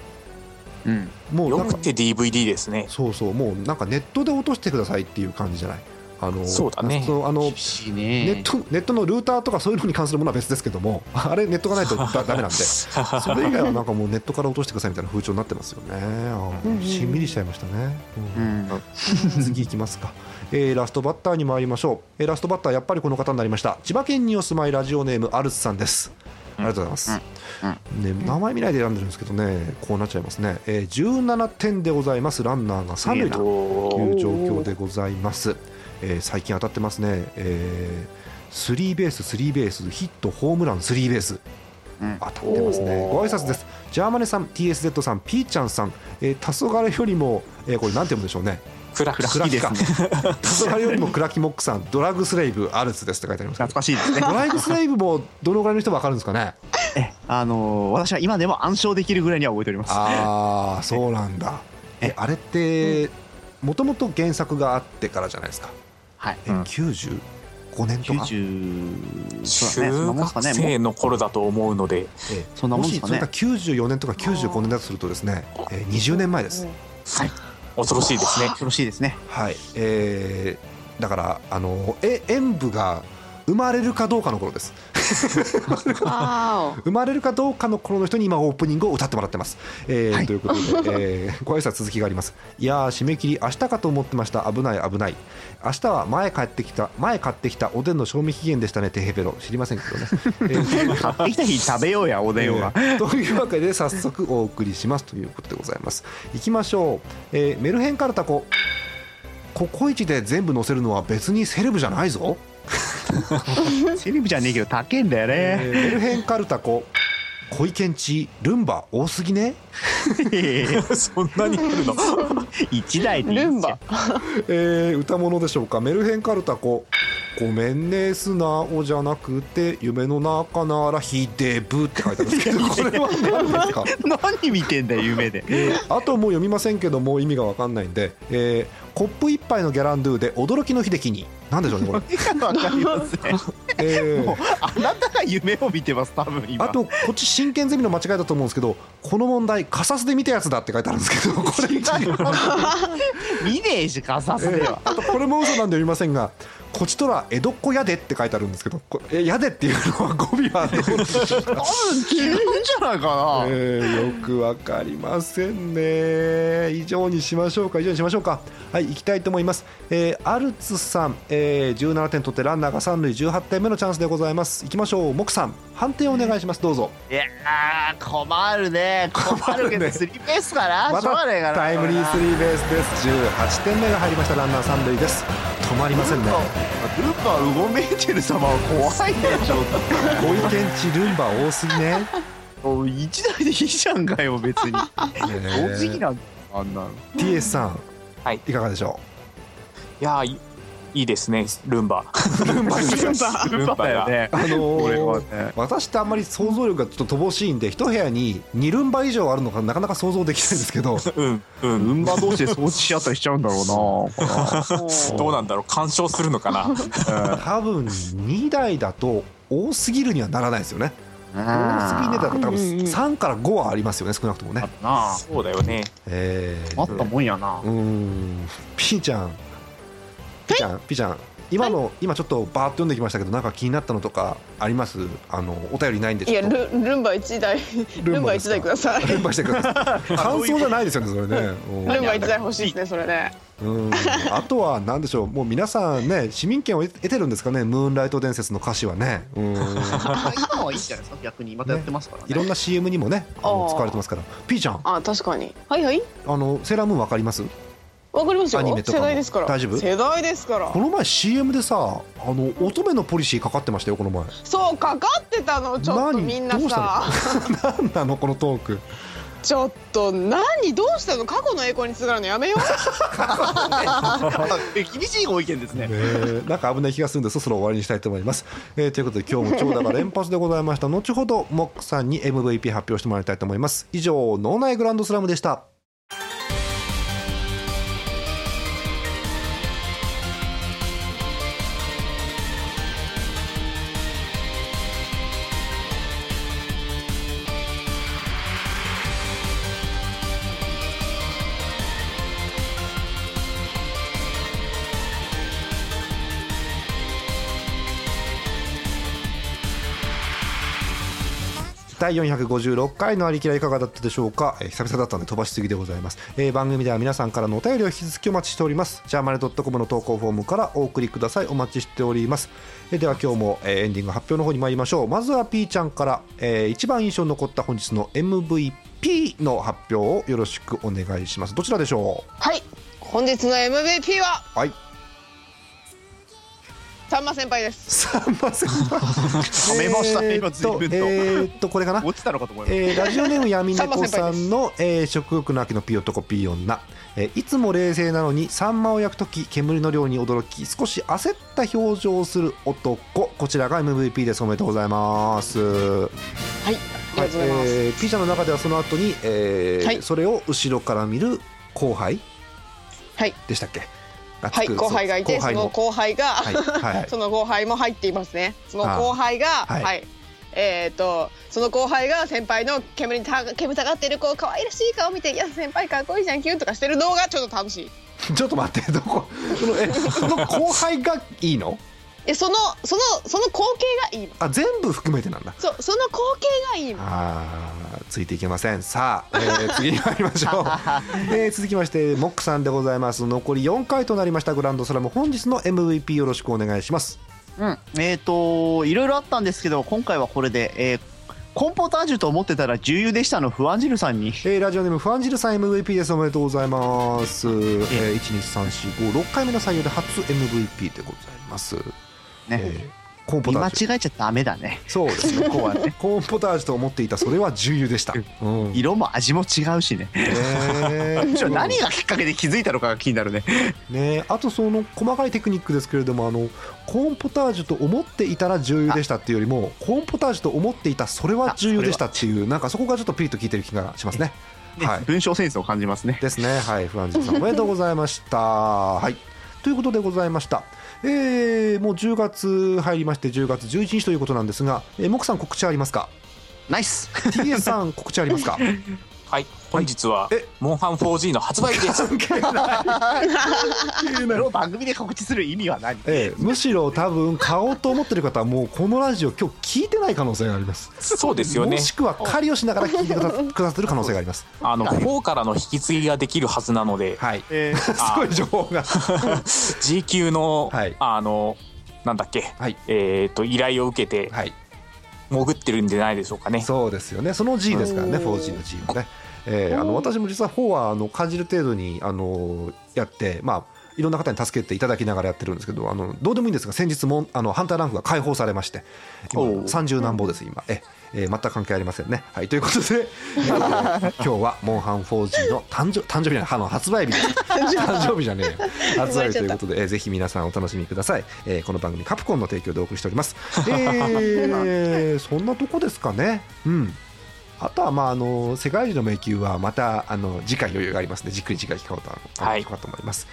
Speaker 2: うん、もうよくて DVD ですね
Speaker 1: そうそうもうなんかネットで落としてくださいっていう感じじゃないあの
Speaker 2: そうだね
Speaker 1: そのあの、ね、ネ
Speaker 12: ッ
Speaker 1: トネットのルーターとかそういうのに関するものは別ですけども あれネットがないとだめなんでそれ以外はなんかもうネットから落としてくださいみたいな風潮になってますよねあ、うん、しんみりしちゃいましたね、うん、うん、次いきますか、えー、ラストバッターに参りましょう、えー、ラストバッターやっぱりこの方になりました千葉県にお住まいラジオネームアルスさんですありがとうございます。ね、名前見ないで選んでるんですけどね、こうなっちゃいますね。えー、17点でございます。ランナーが3塁という状況でございます。えー、最近当たってますね。えー、スリーベース、スリーベース、ヒット、ホームラン、スリーベース。当たってますね。ご挨拶です。ジャーマネさん、TSZ さん、ピーちゃんさん、えー、黄昏よりも、えー、これなんて読むんでしょうね。
Speaker 2: クラクラキですね。
Speaker 1: 黄昏よりもクラキモックさん、ドラグスレイブアルツですって書いてあり ます。
Speaker 12: 懐かしいですね。
Speaker 1: ドラグスレイブもどのぐらいの人わかるんですかね。
Speaker 12: え、あのー、私は今でも暗唱できるぐらいには覚えております。
Speaker 1: ああ、そうなんだ。え、あれってもともと原作があってからじゃないですか。
Speaker 12: はい。
Speaker 1: え、九十五年とか。
Speaker 2: 中学生の頃だと思うので、
Speaker 1: えそんなもんですかね。もし九十四年とか九十五年だとするとですね、え、二十年前です。
Speaker 2: はい。恐ろしいですね。
Speaker 12: 恐ろしいですね。
Speaker 1: はい、えー、だからあのえ演舞が生まれるかどうかの頃です。生まれるかどうかの頃の人に今オープニングを歌ってもらってます。えーということで、え ー、ご挨拶続きがあります。いやー締め切り明日かと思ってました危ない危ない明日は前帰ってきた前買ってきたおでんの賞味期限でしたねテヘペロ知りませんけどね。
Speaker 12: 買ってきた日食べよ うやおでんは。
Speaker 1: えーというわけで早速お送りしますということでございます。いきましょう、えーメルヘンカルタコココイチで全部載せるのは別にセレブじゃないぞ。
Speaker 12: セレブじゃねえけど高えんだよね、
Speaker 1: メルヘンカルタコ小池んちルンバ多すぎね
Speaker 2: そんなにあるの
Speaker 12: 一台でいいじゃんルンバ
Speaker 1: えー歌物でしょうかメルヘンカルタコごめんね素直じゃなくて夢の中ならひでぶって書いてあるんですけどこれは何ですか
Speaker 12: 何見てんだよ夢で、
Speaker 1: えーあともう読みませんけどもう意味が分かんないんで、えーコップ一杯のギャランドゥで驚きの秀樹に何でしょうねこれ
Speaker 12: わかりませ ん、もうあなたが夢を見てます多分今
Speaker 1: あとこっち真剣ゼミの間違いだと思うんですけどこの問題カサスで見たやつだって書いてあるんですけどこれ
Speaker 12: 見ねえしかさすでは
Speaker 1: あとこれも嘘なんで読みませんが「こちとら江戸っ子やで」って書いてあるんですけどこえやで」っていうのは語尾はどうでしょうか
Speaker 12: 違うんじゃないかな、
Speaker 1: えーよくわかりませんね以上にしましょうか以上にしましょうかはい行きたいと思います、えーアルツさん、えー17点取ってランナーが三塁18点目のチャンスでございます行きましょうモクさん判定お願いしますどうぞ
Speaker 12: いやー困るね困るけどスリーベースかな、
Speaker 1: ま
Speaker 12: しょうが
Speaker 1: た
Speaker 12: ないかな
Speaker 1: タイムリースリーベースです18点目が入りましたランナー三塁です止まりませんね
Speaker 12: ルンバウゴメーテル様は怖いねちょっ
Speaker 1: ご意見値ルンバ多すぎね
Speaker 12: ともう一台でいいじゃんかよ別に 多すぎなんだあんなの
Speaker 1: TS さん、い、かがでしょ
Speaker 2: いやーいいいですねルンバルン
Speaker 1: バ
Speaker 12: ルンバだよね
Speaker 1: うあの
Speaker 12: 俺は
Speaker 1: ー私ってあんまり想像力がちょっと乏しいんで一部屋に2ルンバ以上あるのかなかなか想像できないんですけど
Speaker 2: うんうん
Speaker 12: ルンバ同士で掃除し合ったりしちゃうんだろうな
Speaker 2: どうなんだろう干渉するのかな
Speaker 1: 多分2台だと多すぎるにはならないですよね多すぎねだと多分
Speaker 12: うんうん
Speaker 1: 3から5はありますよね少なくともね
Speaker 12: なあ
Speaker 2: そうだよね
Speaker 1: えー
Speaker 12: あったもんやな
Speaker 1: うーんピーちゃんピーちゃんピーちゃん今の、今ちょっとバーッと読んできましたけどなんか気になったのとかありますあのお便りないんで
Speaker 4: い
Speaker 1: ちょ
Speaker 4: や
Speaker 1: っと
Speaker 4: ルルンバ一台ルンバ
Speaker 1: ですか
Speaker 4: 一台ください
Speaker 1: ルンバしてくださ い感想じゃないですよねそれねうん
Speaker 4: ルンバ一台欲しいですねそれね
Speaker 1: うんあとは何でしょうもう皆さんね市民権を得てるんですかねムーンライト伝説の歌詞はね うん
Speaker 12: 今はいいじゃないですか逆にまたやってますからね
Speaker 1: いろんな CM にもねあの
Speaker 4: あー
Speaker 1: 使われてますからピーちゃん
Speaker 4: あ確かにはいはい
Speaker 1: あのセーラームーンわかります
Speaker 4: わかりますよ
Speaker 1: アニメとか
Speaker 4: 世
Speaker 1: も
Speaker 4: 代ですから
Speaker 1: 大丈夫
Speaker 4: 世代ですから
Speaker 1: この前 CM でさあの乙女のポリシーかかってましたよこの前
Speaker 4: そうかかってたのちょっとみんな
Speaker 1: どう
Speaker 4: さ
Speaker 1: したの何なのこのトーク
Speaker 4: ちょっと何どうしたの過去の栄光につがるのやめよう
Speaker 12: 厳しいご意見ですね
Speaker 1: ねえなんか危ない気がするんでそろそろ終わりにしたいと思います、えーということで今日も長打が連発でございました後ほどモックさんに MVP 発表してもらいたいと思います以上脳内グランドスラムでした第456回のありきらいかがだったでしょうか、えー久々だったので飛ばしすぎでございます、えー番組では皆さんからのお便りを引き続きお待ちしておりますジャーマネ .com の投稿フォームからお送りくださいお待ちしております、えーでは今日も、えーエンディング発表の方に参りましょうまずは P ちゃんから、えー一番印象に残った本日の MVP の発表をよろしくお願いしますどちらでしょう
Speaker 4: はい本日の MVP は
Speaker 1: はい
Speaker 4: さんま先輩です
Speaker 1: さんま 先輩
Speaker 12: はめました今随分と
Speaker 1: えーっとこれかな
Speaker 12: 落ちたのかと思います、
Speaker 1: えーラジオネーム闇
Speaker 12: さん
Speaker 1: 猫
Speaker 12: ま先
Speaker 1: さ
Speaker 12: 輩で
Speaker 1: んの、えー食欲の秋のピー男ピー女、えーいつも冷静なのにサンマを焼くとき煙の量に驚き少し焦った表情をする男こちらが MVP ですおめでとうございますはい
Speaker 4: ありがとうございます
Speaker 1: えー、ピーちゃんの中ではその後に、えー
Speaker 4: はい
Speaker 1: それを後ろから見る後輩
Speaker 4: はい
Speaker 1: でしたっけがつく
Speaker 4: はい後輩がいて
Speaker 1: 後
Speaker 4: そ
Speaker 1: 輩
Speaker 4: の後輩が、
Speaker 1: はい はい
Speaker 4: その後輩も入っていますねその後輩が
Speaker 1: あー
Speaker 4: は、
Speaker 1: はいい
Speaker 4: えっ、とその後輩が先輩の煙にた煙たがってる子可愛らしい顔見て「いや先輩かっこいいじゃんキュン」とかしてる動画ちょっと楽し い
Speaker 1: ちょっと待ってどこそのえその後輩がいいの
Speaker 4: えそのそのその光景がいいの
Speaker 1: あ全部含めてなんだ
Speaker 4: そうその光景がいいの
Speaker 1: あーついていけませんさあ、え ー次に参りましょう、えー続きましてモックさんでございます残り4回となりましたグランドスラム本日の MVP よろしくお願いします
Speaker 12: うん、えっ、といろいろあったんですけど今回はこれで、えーコンポタージュと思ってたら重油でしたのフアンジルさんに、え
Speaker 1: ラジオネームフアンジルさん MVP ですおめでとうございます、えー、12345 6回目の採用で初 MVP でございますね、えーコーンポタージュ
Speaker 12: 間違えちゃダメだね
Speaker 1: そうです ねコーンポタージュと思っていたそれは重油でした、
Speaker 12: 色も味も違うしね、
Speaker 1: え
Speaker 12: むしろ何がきっかけで気づいたのかが気になるね
Speaker 1: ね、あとその細かいテクニックですけれどもあのコーンポタージュと思っていたら重油でしたっていうよりもコーンポタージュと思っていたそれは重油でしたっていうなんかそこがちょっとピリッと効いてる気がしますね。はい、
Speaker 12: 文章センスを感じますね。
Speaker 1: ですね。 はい、フランジンさんおめでとうございました。はい、ということでございました。えー、もう10月入りまして10月11日ということなんですが、えー、モクさん告知ありますか
Speaker 12: ナイス
Speaker 1: !TA さん告知あります か
Speaker 2: はい本日は、モンハン 4G の発売日です
Speaker 12: これを番組で告知する意味は何
Speaker 1: ええむしろ多分買おうと思ってる方はもうこのラジオ今日聞いてない可能性があります
Speaker 2: そうですよね
Speaker 1: もしくは狩りをしながら聞いてくだくださってる可能性があります
Speaker 2: あの4からの引き継ぎができるはずなので、
Speaker 1: はい
Speaker 12: え
Speaker 1: すごい情報が
Speaker 2: G 級の、あのなんだっけ、えっ、と依頼を受けて、潜ってるんじゃないでしょうかね
Speaker 1: そうですよねその G ですからね 4G の G もね、ええあの私も実は4はあの感じる程度にあのやってまあいろんな方に助けていただきながらやってるんですけどあのどうでもいいんですが先日もあのハンターランクが解放されまして今30何本です今えええー全く関係ありませんね。はい、ということで 今日は「モンハン 4G」の誕生誕生日じゃないあの発売日です誕生日じゃね えよ発売日ということで、えーぜひ皆さんお楽しみください、えーこの番組カプコンの提供でお送りしており ます、えーそんなとこですかねうんあとはまああの世界中の迷宮はまたあの次回余裕がありますのでじっくり次回聞こうとあの聞こうかと思います。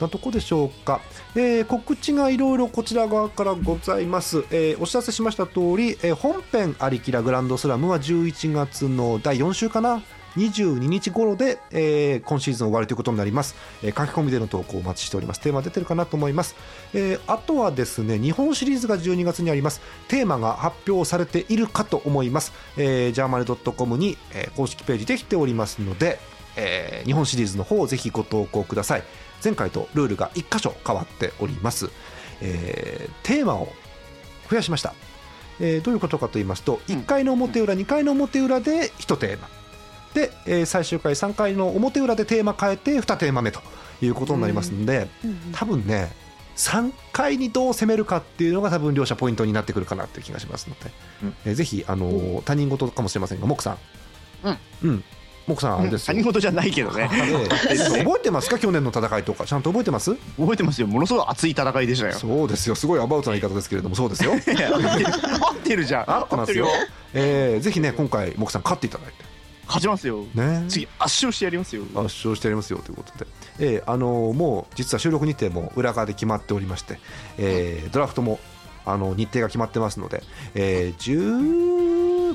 Speaker 1: なとこでしょうか、えー告知がいろいろこちら側からございます、えーお知らせしました通り、えー本編「アリキラグランドスラム」は11月の第4週かな22日頃で、えー今シーズン終わりということになります、えー書き込みでの投稿お待ちしておりますテーマ出てるかなと思います、えーあとはですね日本シリーズが12月にありますテーマが発表されているかと思います、えー、ジャーマネ .com に、えー公式ページできておりますのでえー日本シリーズの方をぜひご投稿ください前回とルールが1箇所変わっております、えーテーマを増やしました、えーどういうことかと言いますと1回の表裏2回の表裏で1テーマで、えー最終回3回の表裏でテーマ変えて2テーマ目ということになりますので、多分ね3回にどう攻めるかっていうのが多分両者ポイントになってくるかなっていう気がしますので、えーぜひ、あのー他人事かもしれませんがモクさん
Speaker 12: うん
Speaker 1: うん、モクさんあれですよ。
Speaker 12: 他人事じゃないけどね
Speaker 1: ええ覚えてますか去年の戦いとかちゃんと覚えてます？
Speaker 12: 覚えてますよ。ものすごい熱い戦いでしたよ。
Speaker 1: そうですよ。すごいアバウトな言い方ですけれどもそうです よ。
Speaker 12: 合ってるじゃん。
Speaker 1: 合ってますよ。えーぜひね今回モクさん勝っていただいて
Speaker 12: 勝ちますよ。
Speaker 1: ね。
Speaker 12: 次圧勝してやりますよ。
Speaker 1: 圧勝してやりますよということで、えーあのーもう実は収録日程も裏側で決まっておりまして、えードラフトもあの日程が決まってますので、えー、12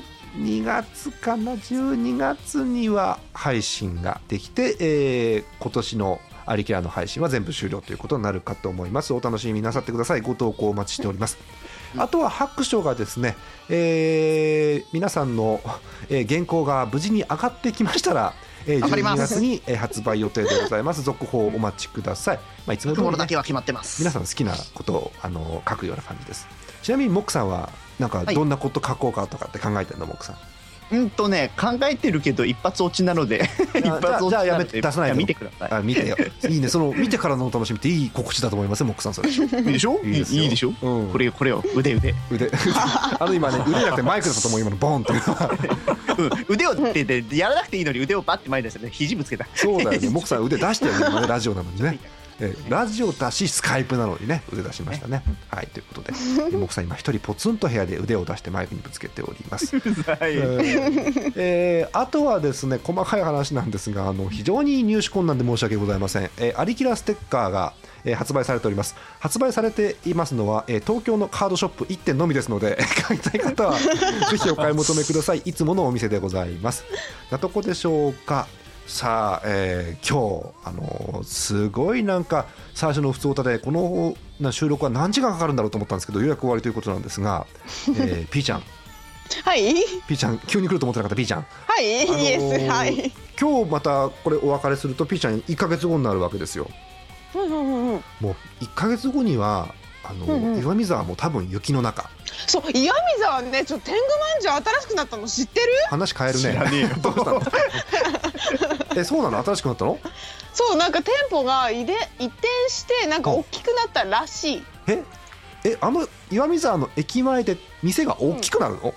Speaker 1: 月かな12月には配信ができて、えー今年のアリキラの配信は全部終了ということになるかと思いますお楽しみなさってくださいご投稿お待ちしておりますあとは白書がですね、えー皆さんの、えー原稿が無事に上がってきましたら、えー
Speaker 12: 頑張りま
Speaker 1: 12
Speaker 12: す
Speaker 1: 月にえー発売予定でございます続報お待ちください、まあ、いつも通り、
Speaker 12: 心
Speaker 1: ね
Speaker 12: だ、けは決まってます。
Speaker 1: 皆さん好きなことをあの書くような感じですちなみにモックさんはなんか
Speaker 12: はい
Speaker 1: どんなこと書こうかとかって考えてるのモックさん
Speaker 12: うんとね考えてるけど一発落ち なので一
Speaker 1: じゃ
Speaker 12: 発
Speaker 1: あ
Speaker 12: 落ち
Speaker 1: じゃあ
Speaker 12: なので
Speaker 1: やめて出さない
Speaker 12: や
Speaker 1: で
Speaker 12: 見てください
Speaker 1: あ見てよ いいねその見てからのお楽しみっていい告知だと思いますよモックさんそれ
Speaker 12: いいでしょいい
Speaker 1: ですよ
Speaker 12: いいでしょ、
Speaker 1: うん
Speaker 12: これよこれよ腕腕
Speaker 1: 腕 あの今ね腕じゃなくてマイクだったと思う今のボンって
Speaker 12: うん、腕をってでやらなくていいのに腕をバッて前に出したね肘ぶつけた
Speaker 1: そうだよ ね、モクさん腕出してるね、今ねラジオなのに ね。ええラジオだし、スカイプなのにね、腕出しましたね。はい、ということで、えモクさん今一人ポツンと部屋で腕を出してマイクにぶつけております。えーえーあとはですね、細かい話なんですが、あの非常に入手困難で申し訳ございません。えー、アリキラステッカーが。えー発売されております発売されていますのは、えー東京のカードショップ1店のみですので 買いたい方はぜひお買い求めくださいいつものお店でございますなとこでしょうかさあ、えー今日、あのーすごいなんか最初の普通歌でこのな収録は何時間かかるんだろうと思ったんですけどようやく終わりということなんですが、えー、P ちゃん
Speaker 4: はい。
Speaker 1: P ちゃん急に来ると思ってなかった P ちゃん
Speaker 4: はい、
Speaker 1: あのー
Speaker 4: イエス、はい。
Speaker 1: 今日またこれお別れすると P ちゃん1か月後になるわけですよ
Speaker 4: うんうんうんうん。
Speaker 1: もう1か月後にはあのー、
Speaker 4: うんうん
Speaker 1: 岩見沢も多分雪の中
Speaker 4: そう、岩見沢ね、ちょっと天狗まんじゅう新しくなったの知ってる。
Speaker 1: 話変えるね
Speaker 4: 知らねえ
Speaker 1: どうしたの えそうなの新しくなったの
Speaker 4: そう、なんか店舗が移で移転して、なんか大きくなったらしい。
Speaker 1: ええあの岩見沢の駅前で店が大きくなるの、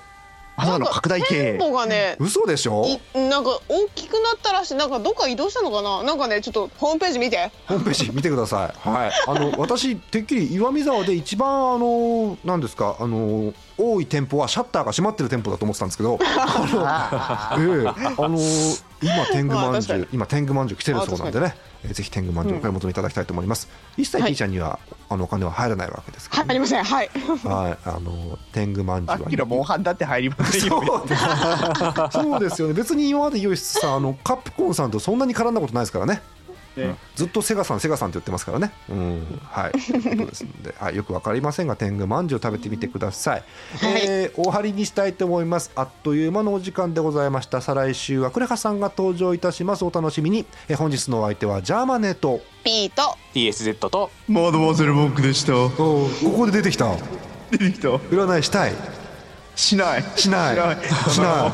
Speaker 1: あ
Speaker 4: なんか店舗がね、
Speaker 1: 嘘でしょ
Speaker 4: いなんか大きくなったらしいなんかどっか移動したのかななんかねちょっとホームページ見て
Speaker 1: ホームページ見てください。はい。あの私てっきり岩見沢で一番あのなんですかあの多い店舗はシャッターが閉まってる店舗だと思ってたんですけど、あの ええあの今天狗まんじゅう今天狗まんじゅう来てるそうなんでね。えぜひ天狗まんじゅうお買い求めいただきたいと思います。一切 P ちゃんにはあのお金は入らないわけですか
Speaker 4: はいありませんはい
Speaker 1: ら。はい。あの天狗まんじゅうは
Speaker 12: キロモンハンだって入りませんよ。
Speaker 1: そうですよね別に今までイオシスさんあのカプコンさんとそんなに絡んだことないですからねうんずっとセガさんセガさんって言ってますからねうんはいということですので、はい、よくわかりませんが天狗まんじゅう食べてみてください、えー終わりにしたいと思いますあっという間のお時間でございました再来週はクレハさんが登場いたしますお楽しみに、えー本日のお相手はジャーマネと
Speaker 4: P と
Speaker 2: TSZ と
Speaker 1: マドマゼルモンクでしたここで出てきた出てきた占いしたいしないしないしない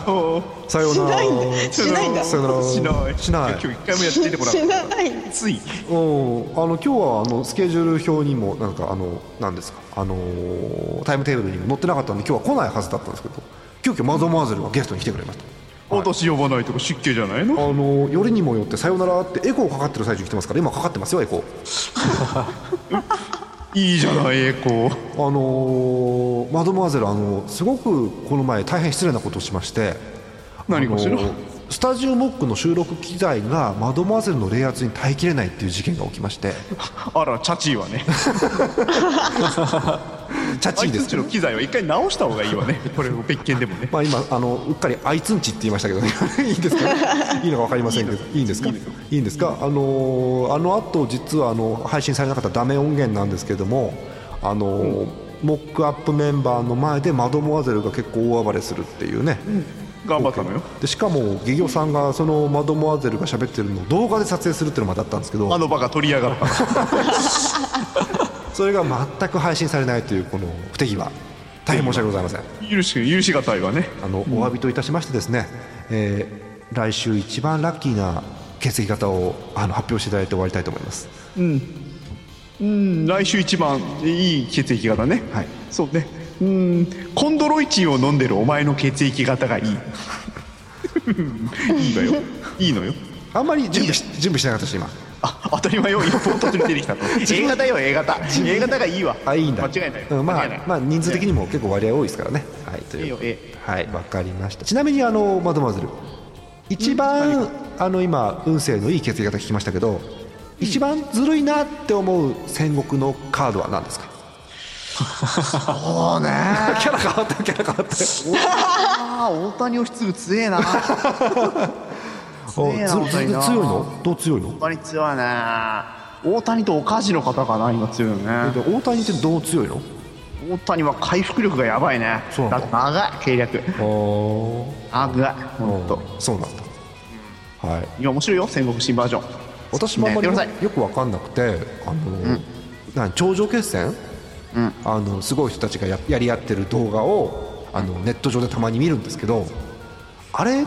Speaker 1: さようなら
Speaker 12: しないん だ
Speaker 1: さようなら
Speaker 12: しない
Speaker 1: しない
Speaker 12: 今日一回もやってみてこなかった
Speaker 4: ない
Speaker 12: つい
Speaker 1: おあの今日はあのスケジュール表にもなんかあのなんですかあのータイムテーブルにも載ってなかったんで今日は来ないはずだったんですけど急遽マゾマーゼルがゲストに来てくれました。
Speaker 12: 私呼ばないとか湿気じゃない
Speaker 1: の？あのーよりにもよってさよならってエコーかかってる最中に来てますから今かかってますよエコー。いいじゃないエコー。あのーマドマーゼルあのーすごくこの前大変失礼なことをしまして。
Speaker 12: 何かしら
Speaker 1: あのースタジオモックの収録機材がマドマーゼルの冷圧に耐えきれないっていう事件が起きま して。
Speaker 12: あらチャチーはね。
Speaker 1: チャチーです
Speaker 12: あいつんちの機材は一回直した方がいいわね。これを別件でもね。
Speaker 1: まあ今あのうっかりあいつんちって言いましたけどね いいんですか いいのかわかりませんけどいいんですかいいんですかあのーあの後実はあの配信されなかったダメ音源なんですけどもあのーモックアップメンバーの前でマドモアゼルが結構大暴れするっていうね、
Speaker 12: 頑張ったのよ。
Speaker 1: でしかもゲギョさんがそのマドモアゼルが喋ってるのを動画で撮影するっていうのもあったんですけど
Speaker 12: あのバカ取りやがった。
Speaker 1: それが全く配信されないというこの不手際大変申し訳ございません
Speaker 12: 許し許しがたいわね。
Speaker 1: あのお詫びといたしましてですね、えー来週一番ラッキーな血液型をあの発表していただいて終わりたいと思います
Speaker 12: うん。うん来週一番いい血液型ね。
Speaker 1: はい。
Speaker 12: そうね。うんコンドロイチンを飲んでるお前の血液型 がいい。いいのよ。いいのよ。
Speaker 1: あんまり準備し準備してなかったし今
Speaker 12: 当たり前よ今ポートに出てきたと A 型よ A 型 A 型がいいわ
Speaker 1: あいいんだ
Speaker 12: 間違いない
Speaker 1: うんま
Speaker 12: 間
Speaker 1: あ
Speaker 12: 違いない
Speaker 1: まあ人数的にも結構割合多いですからねはいというはいわかりましたちなみにあのマドマズル一番あの今運勢のいい血液型聞きましたけど一番ずるいなって思う戦国のカードは何ですかそうね キャラ変わったキャラ変わった
Speaker 3: ああ大谷をつぐ強えな強えな
Speaker 1: お
Speaker 3: 大
Speaker 1: ず
Speaker 3: 谷
Speaker 1: ず
Speaker 3: な
Speaker 1: 強いのどう強いの
Speaker 3: 大谷強いね
Speaker 12: 大谷とおかじの方かな今強いよね
Speaker 1: 大谷ってどう強いの
Speaker 12: 大谷は回復力がやばいねそうなんだ長い計略
Speaker 1: お
Speaker 12: 長いほんと
Speaker 1: そうなんだはい
Speaker 12: 今面白いよ戦国新バージョン
Speaker 1: 私もあんまり
Speaker 12: ね
Speaker 1: よ,、
Speaker 12: やってくだ
Speaker 1: く分かんなくてあの、なん頂上決戦、あのすごい人たちがややり合ってる動画をあのネット上でたまに見るんですけどあれ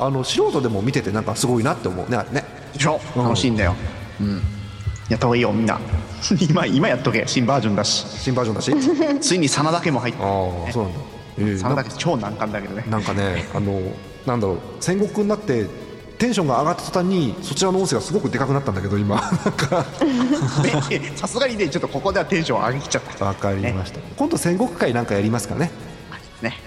Speaker 1: あの素人でも見ててなんかすごいなって思うねあれね
Speaker 12: でしょ楽しいんだようんやった方がいいよみんな 今今やっとけ新バージョンだし
Speaker 1: 新バージョンだし
Speaker 12: ついに真田家も入った
Speaker 1: ああそうなんだ
Speaker 12: 真田家超難関だけどね
Speaker 1: なんかねあのなんだろう戦国になってテンションが上がった途端にそちらの音声がすごくでかくなったんだけど今なんか
Speaker 12: ね さすがにねちょっとここではテンション上げきっちゃった
Speaker 1: わかりました、今度戦国会なんかやりますからね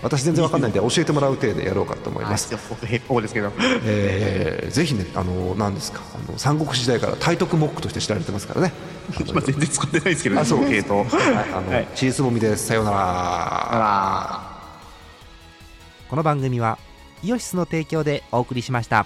Speaker 1: 私全然わかんないんで教えてもらう程でやろうかと思います
Speaker 12: 僕ヘッポですけど、
Speaker 1: えーぜひねあの何ですかあの三国時代から体徳モックとして知られてますからね
Speaker 12: 今全然使ってないですけどね
Speaker 1: あ そう
Speaker 12: 系統
Speaker 1: はいあの、チーズボミですさようなら
Speaker 5: この番組はイオシスの提供でお送りしました。